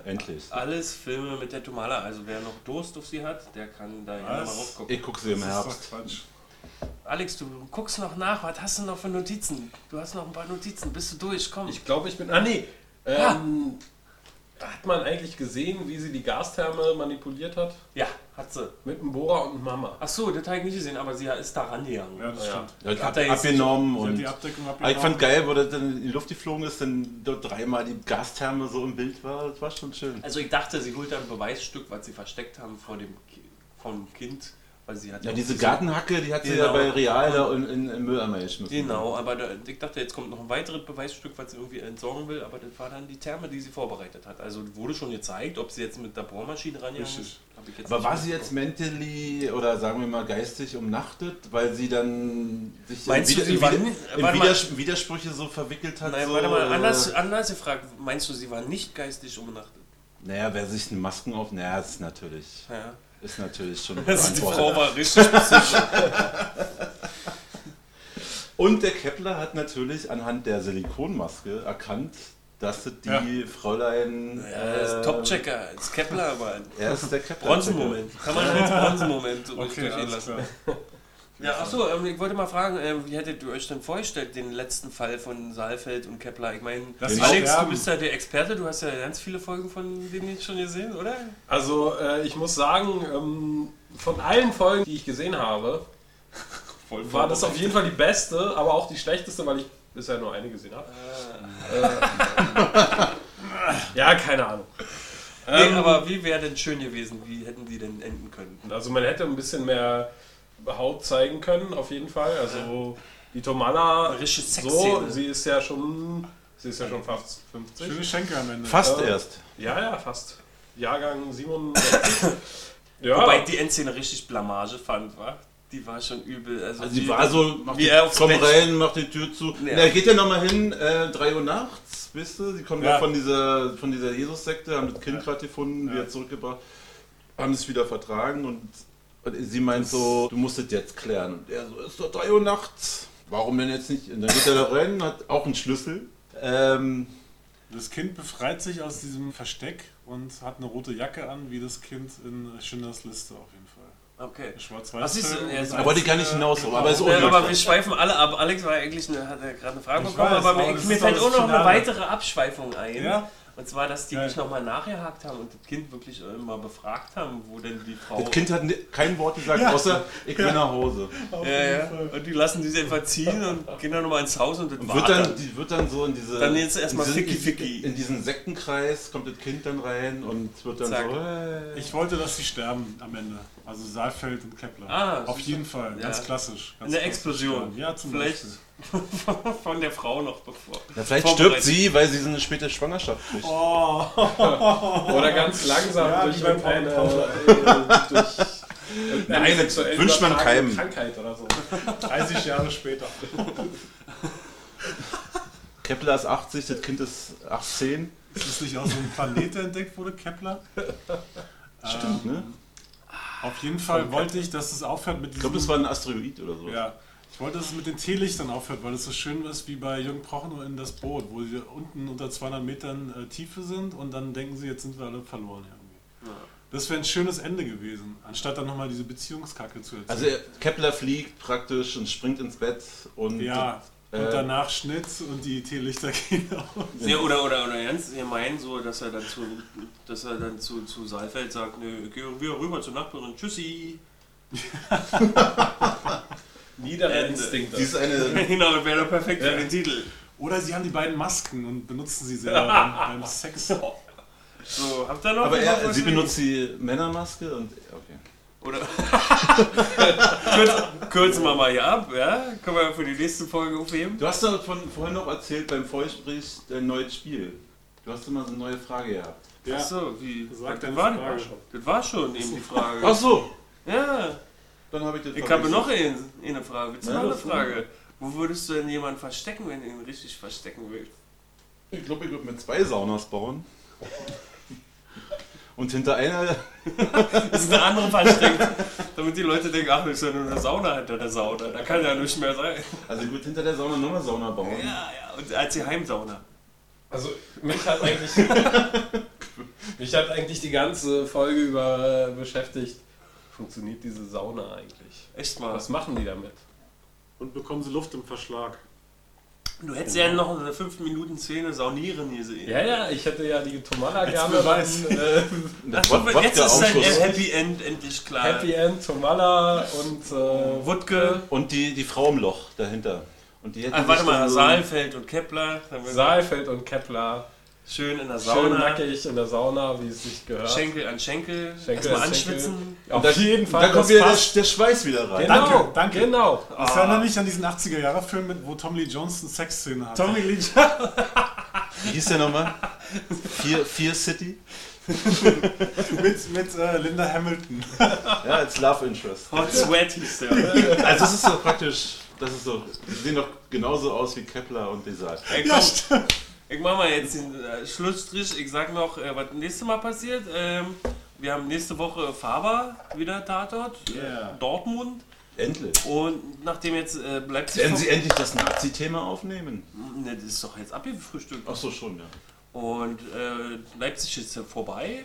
[SPEAKER 3] Endlich.
[SPEAKER 2] Alles Filme mit der Tomala. Also wer noch Durst auf sie hat, der kann da gerne mal
[SPEAKER 4] Was?
[SPEAKER 2] raufgucken.
[SPEAKER 3] Ich gucke sie im
[SPEAKER 4] Das ist
[SPEAKER 3] Herbst.
[SPEAKER 4] doch Quatsch.
[SPEAKER 2] Alex, du guckst noch nach. Was hast du noch für Notizen? Du hast noch ein paar Notizen. Bist du durch? Komm.
[SPEAKER 5] Ich glaube, ich bin. Ah, nee. Ähm, Hat man eigentlich gesehen, wie sie die Gastherme manipuliert hat?
[SPEAKER 2] ja, hat sie.
[SPEAKER 5] Mit einem Bohrer und einem Hammer.
[SPEAKER 2] Ach so, das habe ich nicht gesehen, aber sie ist da rangegangen.
[SPEAKER 4] Ja, das stimmt.
[SPEAKER 3] Ja, ich
[SPEAKER 2] Hat
[SPEAKER 3] Ab,
[SPEAKER 2] er jetzt-
[SPEAKER 3] abgenommen
[SPEAKER 4] Sie hat
[SPEAKER 3] und.
[SPEAKER 4] die Abdeckung
[SPEAKER 3] Ah,
[SPEAKER 4] abgenommen.
[SPEAKER 3] ich fand geil, wo das dann in die Luft geflogen ist, dann dort dreimal die Gastherme so im Bild war. Das war schon schön.
[SPEAKER 2] Also ich dachte, sie holt da ein Beweisstück, was sie versteckt haben vor dem Ki- vom Kind, weil sie hat
[SPEAKER 3] Ja,
[SPEAKER 2] auch
[SPEAKER 3] diese Gartenhacke, die hat sie
[SPEAKER 2] Genau.
[SPEAKER 3] ja bei Real da in, in, in Mülleimer geschmissen.
[SPEAKER 2] Genau, aber da, ich dachte, jetzt kommt noch ein weiteres Beweisstück, was sie irgendwie entsorgen will, aber das war dann die Therme, die sie vorbereitet hat. Also wurde schon gezeigt, ob sie jetzt mit der Bohrmaschine rangegangen ist.
[SPEAKER 4] Richtig.
[SPEAKER 2] Hab ich jetzt
[SPEAKER 3] Aber
[SPEAKER 2] nicht
[SPEAKER 3] war sie jetzt mentally oder sagen wir mal geistig umnachtet, weil sie dann sich
[SPEAKER 2] Meinst
[SPEAKER 3] in,
[SPEAKER 2] du,
[SPEAKER 3] Wider-
[SPEAKER 2] sie
[SPEAKER 3] in,
[SPEAKER 2] war-
[SPEAKER 3] Wider- in
[SPEAKER 2] warte mal.
[SPEAKER 3] Widers Widersprüche so verwickelt hat?
[SPEAKER 2] Nein,
[SPEAKER 3] so,
[SPEAKER 2] warte mal,
[SPEAKER 3] äh,
[SPEAKER 2] anders, anders gefragt, meinst du, sie war nicht geistig umnachtet?
[SPEAKER 3] Naja, wer sich einen Masken auf... Naja, das ist natürlich,
[SPEAKER 2] Ja. [LAUGHS]
[SPEAKER 3] ist natürlich schon
[SPEAKER 2] Also die Frau
[SPEAKER 3] beantwortet.
[SPEAKER 2] war richtig
[SPEAKER 3] [LAUGHS]
[SPEAKER 2] psychisch.
[SPEAKER 3] Und der Kepler hat natürlich anhand der Silikonmaske erkannt, dass das die Fräulein... äh,
[SPEAKER 2] Ja, das ist Topchecker, das ist Kepler, aber
[SPEAKER 3] Er ist der Kepler.
[SPEAKER 2] Bronzenmoment. Kann man als Bronzenmoment
[SPEAKER 4] Okay,
[SPEAKER 2] durchgehen
[SPEAKER 4] alles
[SPEAKER 2] lassen.
[SPEAKER 4] klar.
[SPEAKER 2] Ja, achso, ähm, ich wollte mal fragen, ähm, wie hättet ihr euch denn vorgestellt, den letzten Fall von Saalfeld und Kepler? Ich meine,
[SPEAKER 4] Dass
[SPEAKER 3] sie
[SPEAKER 2] Alex, du
[SPEAKER 4] sterben.
[SPEAKER 2] bist ja der Experte, du hast ja ganz viele Folgen von dem jetzt schon gesehen, oder?
[SPEAKER 5] Also, äh, ich muss sagen, ähm, von allen Folgen, die ich gesehen habe, war das auf jeden Fall die beste, aber auch die schlechteste, weil ich bisher nur eine gesehen habe. Äh, [LAUGHS] ja, keine Ahnung.
[SPEAKER 2] Nee,
[SPEAKER 5] Ähm,
[SPEAKER 2] aber wie wäre denn schön gewesen? Wie hätten die denn enden können?
[SPEAKER 5] Also man hätte ein bisschen mehr Haut zeigen können, auf jeden Fall. Also die Tomala,
[SPEAKER 2] Richtige
[SPEAKER 5] so,
[SPEAKER 2] Sexszene.
[SPEAKER 5] sie ist ja schon, sie ist ja schon fast 50.
[SPEAKER 4] Schöne Schenke am Ende.
[SPEAKER 3] Fast
[SPEAKER 5] Ja.
[SPEAKER 3] erst.
[SPEAKER 5] Ja, ja, fast. Jahrgang 67. ja,
[SPEAKER 2] Wobei ich die Endszene richtig Blamage fand, war. Die war schon übel. Also,
[SPEAKER 3] Also die
[SPEAKER 2] wie-
[SPEAKER 3] war so, macht
[SPEAKER 2] wie
[SPEAKER 3] die,
[SPEAKER 2] er aufs
[SPEAKER 3] komm
[SPEAKER 2] Bett-
[SPEAKER 3] rein, macht die Tür zu.
[SPEAKER 2] Ja.
[SPEAKER 3] Ja. Na, geht ja nochmal hin, äh, 3 Uhr nachts, wisst ihr, sie kommen
[SPEAKER 4] Ja.
[SPEAKER 3] ja von dieser, von dieser Jesus-Sekte, haben das Kind gerade gefunden, wieder zurückgebracht, haben es wieder vertragen und, und sie meint so, du musst das jetzt klären. Und er so, ist doch 3 Uhr nachts, warum denn jetzt nicht? Und dann geht er da rein, hat auch einen Schlüssel. Ähm,
[SPEAKER 4] Das Kind befreit sich aus diesem Versteck und hat eine rote Jacke an, wie das Kind in Schindlers Liste auf jeden Fall.
[SPEAKER 2] Okay. Was
[SPEAKER 4] Schwarz-Weiß.
[SPEAKER 2] ist denn jetzt?
[SPEAKER 3] aber die kann ich hinaus, aber ist
[SPEAKER 2] Ja, aber wir
[SPEAKER 3] unmöglich.
[SPEAKER 2] schweifen alle ab. Alex war eigentlich eine, hat ja gerade eine Frage
[SPEAKER 4] Ich
[SPEAKER 2] bekommen,
[SPEAKER 4] weiß,
[SPEAKER 2] aber mir,
[SPEAKER 4] aber das
[SPEAKER 2] mir
[SPEAKER 4] ist doch
[SPEAKER 2] fällt
[SPEAKER 4] das
[SPEAKER 2] auch noch eine
[SPEAKER 4] Finale.
[SPEAKER 2] weitere Abschweifung ein.
[SPEAKER 4] Ja.
[SPEAKER 2] Und zwar, dass die
[SPEAKER 4] Ja.
[SPEAKER 2] mich nochmal nachgehakt haben und das Kind wirklich immer befragt haben, wo denn die Frau.
[SPEAKER 3] Das Kind hat ne- kein Wort gesagt, außer ich will nach Hause.
[SPEAKER 2] ja, ja. Und die lassen sich einfach ziehen
[SPEAKER 4] [LAUGHS]
[SPEAKER 2] und gehen dann nochmal ins Haus und das
[SPEAKER 3] Und
[SPEAKER 2] war
[SPEAKER 3] wird dann, die wird dann so in diese.
[SPEAKER 2] Dann jetzt erstmal
[SPEAKER 3] in diesen-
[SPEAKER 2] Ficky-Ficky.
[SPEAKER 3] In diesen Sektenkreis kommt das Kind dann rein und wird dann
[SPEAKER 2] Zack.
[SPEAKER 3] so. Äh,
[SPEAKER 4] Ich wollte, dass sie sterben am Ende. Also Saalfeld und Kepler.
[SPEAKER 2] Ah,
[SPEAKER 4] auf
[SPEAKER 2] siehst
[SPEAKER 4] jeden Fall.
[SPEAKER 2] Ja.
[SPEAKER 4] Ganz klassisch. Ganz
[SPEAKER 2] Eine
[SPEAKER 4] klassisch
[SPEAKER 2] Explosion.
[SPEAKER 4] sterben. Ja, zum
[SPEAKER 2] Vielleicht
[SPEAKER 4] Beispiel.
[SPEAKER 2] [LAUGHS] von der Frau noch bevor.
[SPEAKER 3] na, vielleicht
[SPEAKER 2] Vorbereitet.
[SPEAKER 3] stirbt sie, weil sie so eine späte Schwangerschaft kriegt.
[SPEAKER 5] oder ganz langsam
[SPEAKER 4] Ja,
[SPEAKER 5] durch
[SPEAKER 4] wie beim
[SPEAKER 5] irgendeine [LAUGHS] durch
[SPEAKER 3] Nein, das
[SPEAKER 5] sexuell
[SPEAKER 3] wünscht man
[SPEAKER 5] übertragene
[SPEAKER 3] keinem.
[SPEAKER 5] Krankheit oder [LAUGHS] so.
[SPEAKER 4] 30 Jahre später.
[SPEAKER 3] Kepler ist 80, das Kind ist 18.
[SPEAKER 4] Ist das nicht auch so ein Planet, der entdeckt wurde, Kepler?
[SPEAKER 3] Stimmt, ne?
[SPEAKER 4] Auf jeden Fall wollte ich, dass es aufhört mit
[SPEAKER 3] Ich
[SPEAKER 4] diesem...
[SPEAKER 3] glaube, das war ein Asteroid oder so.
[SPEAKER 4] ja. Ich wollte, dass es mit den Teelichtern aufhört, weil es so schön ist wie bei Jürgen Prochnow in das Boot, wo sie unten unter 200 Metern äh, Tiefe sind und dann denken sie, jetzt sind wir alle verloren irgendwie. Das wäre ein schönes Ende gewesen, anstatt dann nochmal diese Beziehungskacke zu erzählen.
[SPEAKER 3] Also er- Kepler fliegt praktisch und springt ins Bett und
[SPEAKER 4] Ja,
[SPEAKER 3] äh,
[SPEAKER 4] und danach Schnitt und die Teelichter [LAUGHS] gehen aus.
[SPEAKER 2] Ja, oder, oder, oder ganz, ihr meint so, dass er dann zu, dass er dann zu, zu Saalfeld sagt, nö, geh wieder rüber zur Nachbarin, tschüssi. [LAUGHS]
[SPEAKER 5] Niedere
[SPEAKER 2] Ende.
[SPEAKER 5] Instinkte.
[SPEAKER 3] dies
[SPEAKER 2] [LAUGHS]
[SPEAKER 3] ist eine.
[SPEAKER 2] Genau, das wäre doch perfekt für den Titel.
[SPEAKER 4] Oder sie haben die beiden Masken und benutzen sie [LAUGHS] selber beim, beim Sex.
[SPEAKER 2] So, habt ihr noch
[SPEAKER 3] Aber
[SPEAKER 2] jemand
[SPEAKER 3] er,
[SPEAKER 2] was
[SPEAKER 3] sie
[SPEAKER 2] für-
[SPEAKER 3] benutzt die Männermaske und. Okay.
[SPEAKER 2] Oder? [LAUGHS] kurz, kürzen wir mal hier ab, ja? Können wir für die nächste Folge aufheben?
[SPEAKER 3] Du hast doch von, vorhin noch erzählt beim Vorsprich ein neues Spiel. Du hast immer so eine neue Frage gehabt.
[SPEAKER 4] Ja.
[SPEAKER 2] Achso, wie?
[SPEAKER 4] Sag
[SPEAKER 2] das,
[SPEAKER 4] deine
[SPEAKER 2] war,
[SPEAKER 4] Frage.
[SPEAKER 2] das war schon eben die
[SPEAKER 3] Ach
[SPEAKER 2] Frage.
[SPEAKER 3] so,
[SPEAKER 2] Ja,
[SPEAKER 3] dann habe ich das
[SPEAKER 2] ich habe
[SPEAKER 3] verwechselt.
[SPEAKER 2] noch ein- eine Frage. Willst du noch
[SPEAKER 3] Ja,
[SPEAKER 2] eine
[SPEAKER 3] das-
[SPEAKER 2] Frage? Wo würdest du denn jemanden verstecken, wenn du ihn richtig verstecken willst? [LAUGHS]
[SPEAKER 3] Ich glaube, ich würde mir zwei Saunas bauen. Und hinter einer.
[SPEAKER 2] Das ist eine andere versteckt,
[SPEAKER 3] [LAUGHS]
[SPEAKER 2] damit die Leute denken, ach, das ist ja nur eine Sauna hinter der Sauna. Da kann ja nichts mehr sein.
[SPEAKER 3] Also ich würde hinter der Sauna nochmal Sauna bauen.
[SPEAKER 2] Ja, ja, und als die Heimsauna.
[SPEAKER 5] Also mich hat eigentlich mich hat eigentlich die ganze Folge über äh, beschäftigt. Funktioniert diese Sauna eigentlich?
[SPEAKER 2] Echt mal.
[SPEAKER 5] Was machen die damit?
[SPEAKER 4] Und bekommen sie Luft im Verschlag.
[SPEAKER 2] Du hättest
[SPEAKER 3] Genau.
[SPEAKER 2] ja noch eine 5-Minuten-Szene saunieren gesehen.
[SPEAKER 5] Ja, ja, ich hätte ja die Tomala gerne
[SPEAKER 4] Beweis.
[SPEAKER 5] dann, äh,
[SPEAKER 3] Das
[SPEAKER 2] Ach,
[SPEAKER 3] Wod-
[SPEAKER 2] jetzt ist sein
[SPEAKER 3] Wodka-Aufschluss.
[SPEAKER 2] Happy End endlich klar.
[SPEAKER 5] Happy End, Tomala und äh, Wutke,
[SPEAKER 3] Und die, die Frau im Loch dahinter. Und die hätten
[SPEAKER 2] Ah, warte
[SPEAKER 3] sich
[SPEAKER 2] mal,
[SPEAKER 3] dann so-
[SPEAKER 2] Saalfeld und Kepler. dann wird
[SPEAKER 5] Saalfeld und Kepler.
[SPEAKER 2] Schön in der
[SPEAKER 5] Schön
[SPEAKER 2] Sauna.
[SPEAKER 5] nackig in der Sauna, wie es sich gehört.
[SPEAKER 2] Schenkel an Schenkel.
[SPEAKER 5] Schenkel
[SPEAKER 2] Erstmal
[SPEAKER 5] an Schenkel.
[SPEAKER 2] anschwitzen.
[SPEAKER 5] Auf
[SPEAKER 3] Da-
[SPEAKER 5] jeden Fall.
[SPEAKER 3] Da kommt
[SPEAKER 5] das
[SPEAKER 3] wieder der,
[SPEAKER 5] passt.
[SPEAKER 3] der Schweiß wieder rein.
[SPEAKER 5] Genau,
[SPEAKER 4] Danke, danke. Oh.
[SPEAKER 5] Genau.
[SPEAKER 4] Das erinnert mich an diesen 80er-Jahre-Film, mit- wo Tom Lee Johnson Sexszene hat.
[SPEAKER 2] Tommy Lee
[SPEAKER 3] Wie hieß der nochmal? Fear, Fear City?
[SPEAKER 4] mit mit äh, Linda Hamilton.
[SPEAKER 3] Ja, als Love Interest.
[SPEAKER 2] Hot Sweat hieß der.
[SPEAKER 3] Also es ist so praktisch, das ist so, die sehen doch genauso aus wie Kepler und Desart.
[SPEAKER 2] Ey, komm, ich mach mal jetzt den äh, Schlussstrich. Ich sag noch, äh, was nächstes Mal passiert. Ähm, wir haben nächste Woche Faber wieder Tatort.
[SPEAKER 4] Yeah.
[SPEAKER 2] Dortmund.
[SPEAKER 3] Endlich.
[SPEAKER 2] Und nachdem jetzt äh, bleibt
[SPEAKER 3] Werden sie endlich das Nazi-Thema aufnehmen?
[SPEAKER 2] Ne, das ist doch jetzt abgefrühstückt.
[SPEAKER 3] Ach so, schon, ja.
[SPEAKER 2] Und äh, Leipzig ist ja vorbei.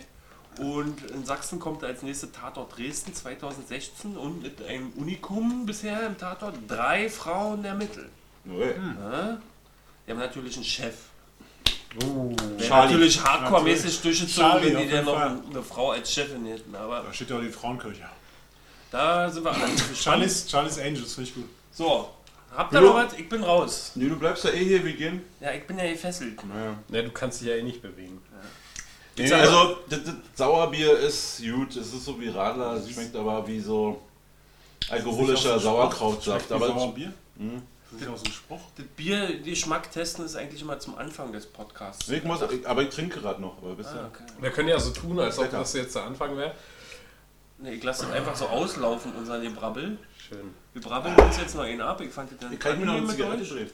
[SPEAKER 2] Und in Sachsen kommt als nächstes Tatort Dresden 2016 und mit einem Unikum bisher im Tatort drei Frauen ermittelt.
[SPEAKER 3] Ui.
[SPEAKER 2] Ne? Die haben natürlich einen Chef.
[SPEAKER 4] Oh.
[SPEAKER 2] Wäre
[SPEAKER 3] Charlie.
[SPEAKER 2] natürlich hardcore-mäßig durchgezogen,
[SPEAKER 4] Charlie,
[SPEAKER 2] wenn
[SPEAKER 4] auf
[SPEAKER 2] die
[SPEAKER 4] jeden
[SPEAKER 2] dann noch
[SPEAKER 4] Fall.
[SPEAKER 2] eine Frau als Chefin hätten. Aber
[SPEAKER 4] Da steht ja auch die Frauenkirche.
[SPEAKER 2] da sind wir alle gespannt.
[SPEAKER 4] Charlie's, Charlie's Angels, finde ich gut.
[SPEAKER 2] So, habt ihr
[SPEAKER 3] Jo.
[SPEAKER 2] noch was? Ich bin raus.
[SPEAKER 3] Nee, du bleibst ja eh hier, wir gehen.
[SPEAKER 2] Ja, ich bin ja gefesselt.
[SPEAKER 3] Naja.
[SPEAKER 5] Ne, du kannst dich ja eh nicht bewegen.
[SPEAKER 3] Nee, also, das, das Sauerbier ist gut, es ist so wie Radler, es schmeckt aber wie so alkoholischer Sauerkrautsaft.
[SPEAKER 4] Aber sauer
[SPEAKER 3] Aber Hm?
[SPEAKER 4] Bier? Das ist ja auch so ein Spruch.
[SPEAKER 2] Das Bier, Geschmack testen ist eigentlich immer zum Anfang des Podcasts.
[SPEAKER 3] ich, muss, ich, aber ich trinke gerade noch. Aber bist
[SPEAKER 2] Ah,
[SPEAKER 3] ja.
[SPEAKER 2] okay.
[SPEAKER 5] Wir können ja so tun, als ob
[SPEAKER 3] Lecker.
[SPEAKER 5] das jetzt der Anfang wäre.
[SPEAKER 2] Nee, ich lasse das einfach so auslaufen, unser Gebrabbel.
[SPEAKER 5] Schön.
[SPEAKER 2] Wir brabbeln uns jetzt noch einen ab. Ich fand das ganz
[SPEAKER 3] Kann ich mir noch eine
[SPEAKER 2] angenehm
[SPEAKER 3] Zigarette
[SPEAKER 2] mit euch.
[SPEAKER 3] drehen?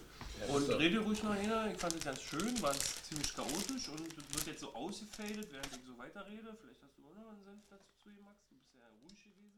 [SPEAKER 2] Und rede ruhig noch einer. Ich fand das ganz schön, war ziemlich chaotisch und das wird jetzt so ausgefadet, während ich so weiterrede. Vielleicht hast du auch noch einen Senf dazu zu Max. Du bist ja ruhig gewesen.